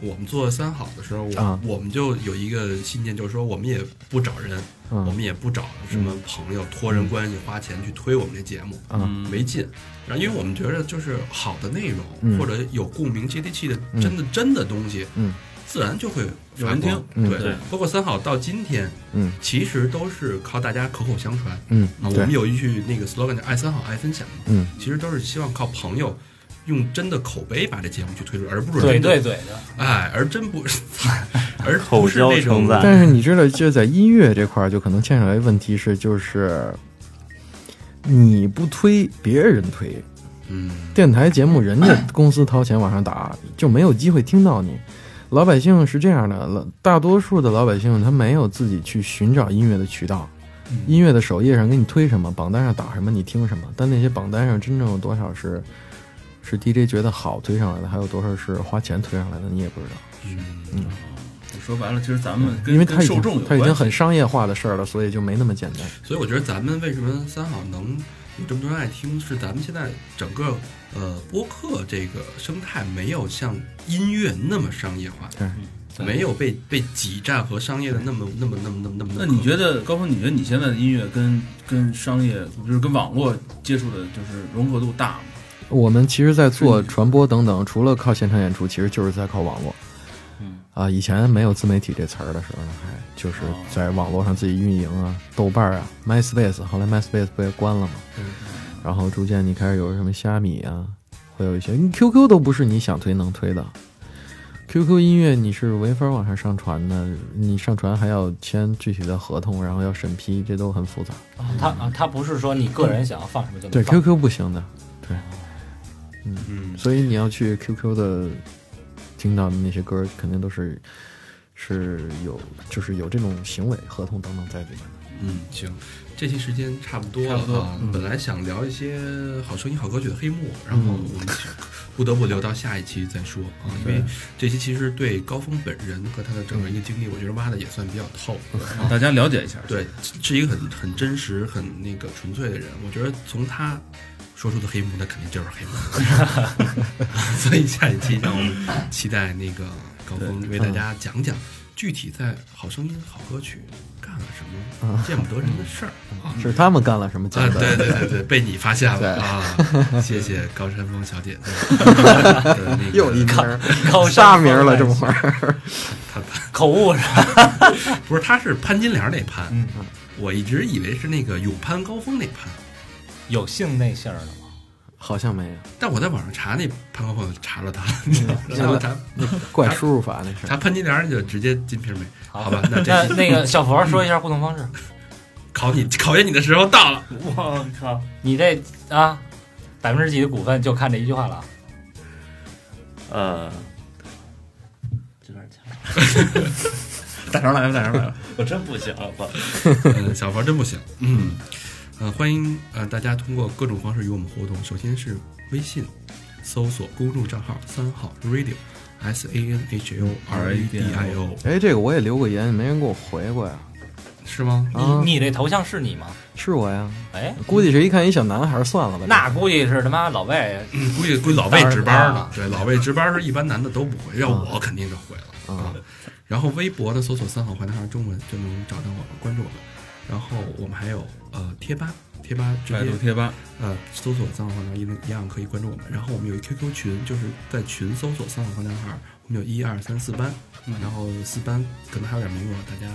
S3: 我们做三好的时候，我、
S6: 啊
S3: 我们就有一个信念，就是说我们也不找人，我
S6: 嗯
S3: 们也不找什么朋友、托人关系、花钱去推我们这节目，
S6: 啊
S4: 嗯
S3: 没劲。然后因为我们觉得就是好的内容、
S6: 嗯
S3: 或者有共鸣接地气的
S6: 嗯
S3: 真的真的东西，
S6: 嗯
S3: 自然就会
S4: 有
S3: 发光
S4: 人听
S6: 嗯
S3: 对，
S5: 对
S3: 包括三好到今天，
S6: 嗯
S3: 其实都是靠大家口口相传。
S6: 嗯
S3: 啊，，我
S6: 对
S3: 们，有一句那个 slogan 叫“爱三好，爱分享”嘛，
S6: 嗯
S3: 其实都是希望靠朋友用真的口碑把这节目去推出，而不是
S2: 对
S3: 真的
S2: 对，对的，
S3: 哎，而真不是，而
S5: 口
S3: 不是那
S5: 交称
S3: 种
S5: 赞
S6: 但是你知道，就是在音乐这块儿，就可能牵扯来问题是，就是你不推，别人推。
S3: 嗯，
S6: 电台节目，人家公司掏钱往上打，就没有机会听到你。老百姓是这样的，老大多数的老百姓他没有自己去寻找音乐的渠道，音乐的首页上给你推什么，榜单上打什么，你听什么。但那些榜单上真正有多少是是 DJ 觉得好推上来的，还有多少是花钱推上来的，你也不知道。
S4: 说白了，其实咱们跟
S6: 因为
S4: 跟
S6: 它已
S4: 受众
S6: 经
S4: 有
S6: 它已经
S4: 关系
S6: 很商业化的事儿了，所以就没那么简单。
S3: 所以我觉得咱们为什么三好能有这么多人爱听，是咱们现在整个呃播客这个生态没有像音乐那么商业化，
S6: 对，
S2: 对
S3: 没有被被挤占和商业的那么那么那么那么那么。
S4: 那你觉
S3: 得？
S4: 得高峰？你觉得你现在的音乐跟跟商业，就是跟网络接触的，就是融合度大吗？
S6: 我们其实，在做传播等
S4: 嗯
S6: 等，除了靠现场演出，其实就是在靠网络。
S5: 嗯
S6: 啊，以前没有自媒体这词儿的时候呢，还就是在网络上自己运营啊，豆瓣儿啊，MySpace，后来 MySpace 不也关了吗？
S3: 嗯
S6: 然后逐渐你开始有什么虾米啊，会有一些你 QQ 都不是你想推能推的，QQ 音乐你是没法往上上传的，你上传还要签具体的合同，然后要审批，这都很复杂。
S2: 啊他啊，他不是说你个人想要放什么就
S6: 嗯对
S2: 能放。
S6: ，QQ 不行的，对，
S3: 嗯，
S6: 所以你要去 QQ 的听到的那些歌，肯定都是是有就是有这种行为合同等等在里面的。
S3: 嗯，行，这期时间差不多
S4: 差
S3: 了
S4: 不多
S3: 啊。
S6: 嗯
S3: 本来想聊一些好声音、好歌曲的黑幕，然后
S6: 嗯
S3: 我们不得不留到下一期再说啊，因为这期其实对高峰本人和他的整个一个经历，我觉得挖的也算比较透。
S4: 大家了解一下。
S3: 对，是一个很很真实、很那个纯粹的人。我觉得从他说出的黑幕，那肯定就是黑幕。 所以下一期让我们期待那个高峰为大
S6: 嗯
S3: 家讲讲具体在《好声音》《好歌曲》干了什
S6: 嗯
S3: 么见不得人的事儿啊。
S6: 是他们干了什么
S3: 啊
S6: 简，单？
S3: 对对对对，被你发现
S6: 嗯对
S3: 了啊！谢谢高山峰小姐 的的那个，
S6: 又一名儿
S2: 高
S6: 仨
S2: 山
S6: 名儿了，这
S2: 这
S6: 么会儿。
S2: 口误是吧？
S3: 不是，他是潘金莲那潘，
S2: 嗯
S3: 我一直以为是那个勇攀高峰那潘，
S2: 有姓那姓儿的吗？
S6: 好像没有，
S3: 但我在网上查那潘高峰，查着他了， 你知道吗然后查
S6: 怪输入法那
S3: 查
S6: 是。
S3: 潘金莲就直接金瓶梅，好吧？那
S2: 那
S3: 这期
S2: 那个小佛说一下互动方式。
S3: 考你考验你的时候到了，
S5: 我靠，
S2: 你这啊，百分之几的股份就看这一句话了啊。
S5: 呃，这边掐，
S4: 打上来吧，打上来吧。
S5: 我真不行了，我
S3: 嗯，小佛真不行，
S4: 嗯，
S3: 呃，欢迎呃大家通过各种方式与我们互动。首先是微信，搜索公众账号“三号 radio”，S A N H O R A D I O，
S6: 哎，这个我也留过言，没人给我回过呀。
S3: 是吗？
S6: 啊，
S2: 你你这头像是你吗？
S6: 是我呀，
S2: 哎，
S6: 估计是一看一小男孩儿，算
S5: 嗯
S6: 了吧。
S2: 那估计是他妈老魏
S3: 嗯估计估计老魏值班呢
S2: 啊。
S3: 对，老魏值班是一般男的都不回，要我肯定就回了。
S6: 这啊，
S3: 然后微博的搜索“三好坏男孩”中文就能找到我们，关注我们。然后我们还有呃贴吧，贴吧直
S4: 百
S3: 接
S4: 度贴吧，
S3: 呃，搜索“三好坏男孩”一定一样可以关注我们。然后我们有一 QQ 群，就是在群搜索“三好坏男孩”，我们有一二三四班，
S4: 嗯
S3: 然后四班可能还有点名额，大家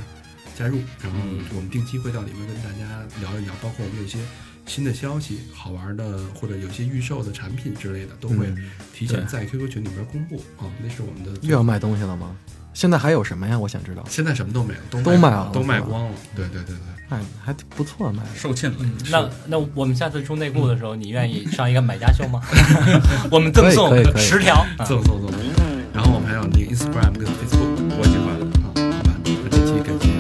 S3: 加入。然后
S4: 嗯
S3: 我们定期会到里面跟大家聊一聊，包括我们有一些新的消息、好玩的，或者有一些预售的产品之类的，都会
S4: 嗯
S3: 提前
S4: 对
S3: 在 QQ 群里面公布啊。那是我们的
S6: 嗯又要卖东西了吗？现在还有什么呀？我想知道。
S3: 现在什么都没有，都
S6: 都卖
S3: 卖
S6: 完了
S3: 都卖
S6: 是吧
S3: 光了。对对对对。
S6: 哎，还挺不错，卖的。
S4: 受罄了。
S5: 嗯
S2: 那那我们下次出内裤的时候，你愿意上一个买 家秀吗？我们赠送
S6: 可以可以可以
S2: 十条。啊
S3: 赠送赠送。然后我们还有那个 Instagram 跟 Facebook，我喜欢啊，好吧，那这期感谢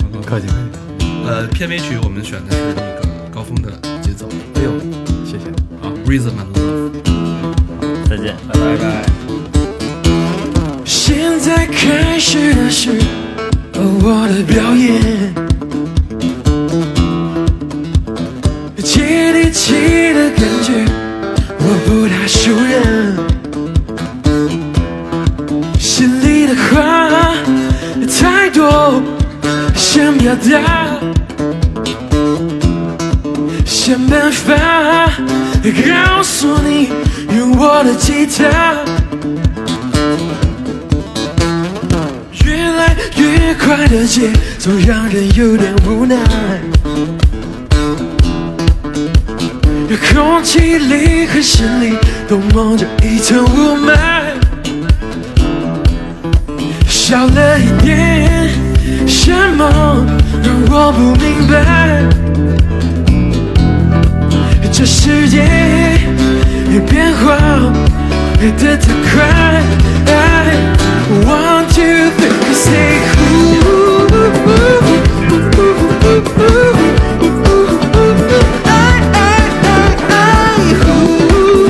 S3: 高峰
S6: 客气客气。
S3: 呃，片尾曲我们选的是那个高峰的节奏
S6: 哎呦，谢谢。
S3: 啊，Reason and Love。
S5: 再见。
S2: 嗯
S7: 现在开始的是我的表演，接地气的感觉我不大熟练，心里的话太多，想表达，想办法告诉你，用我的吉他。越来越快的节奏让人有点无奈。空气里和心里都蒙着一层雾霾，少了一点什么，让我不明白。这世界变化的太快。One, two, three, say who? I, I, I, I,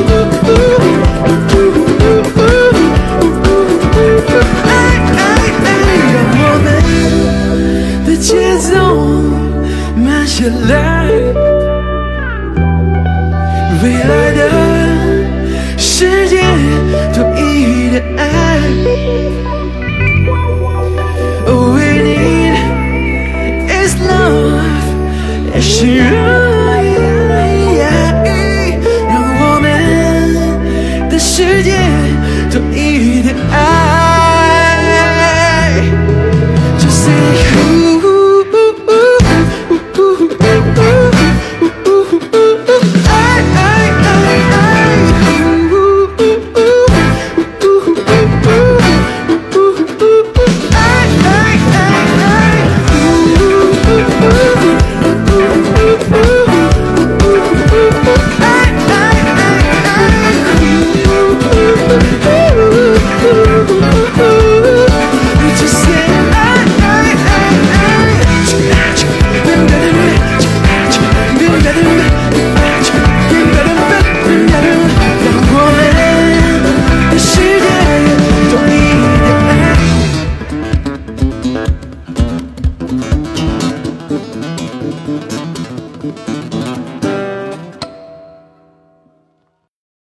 S7: who? I, I, I, 让我们的节奏慢下来。未来的世界多一点爱，Oh, 心愿。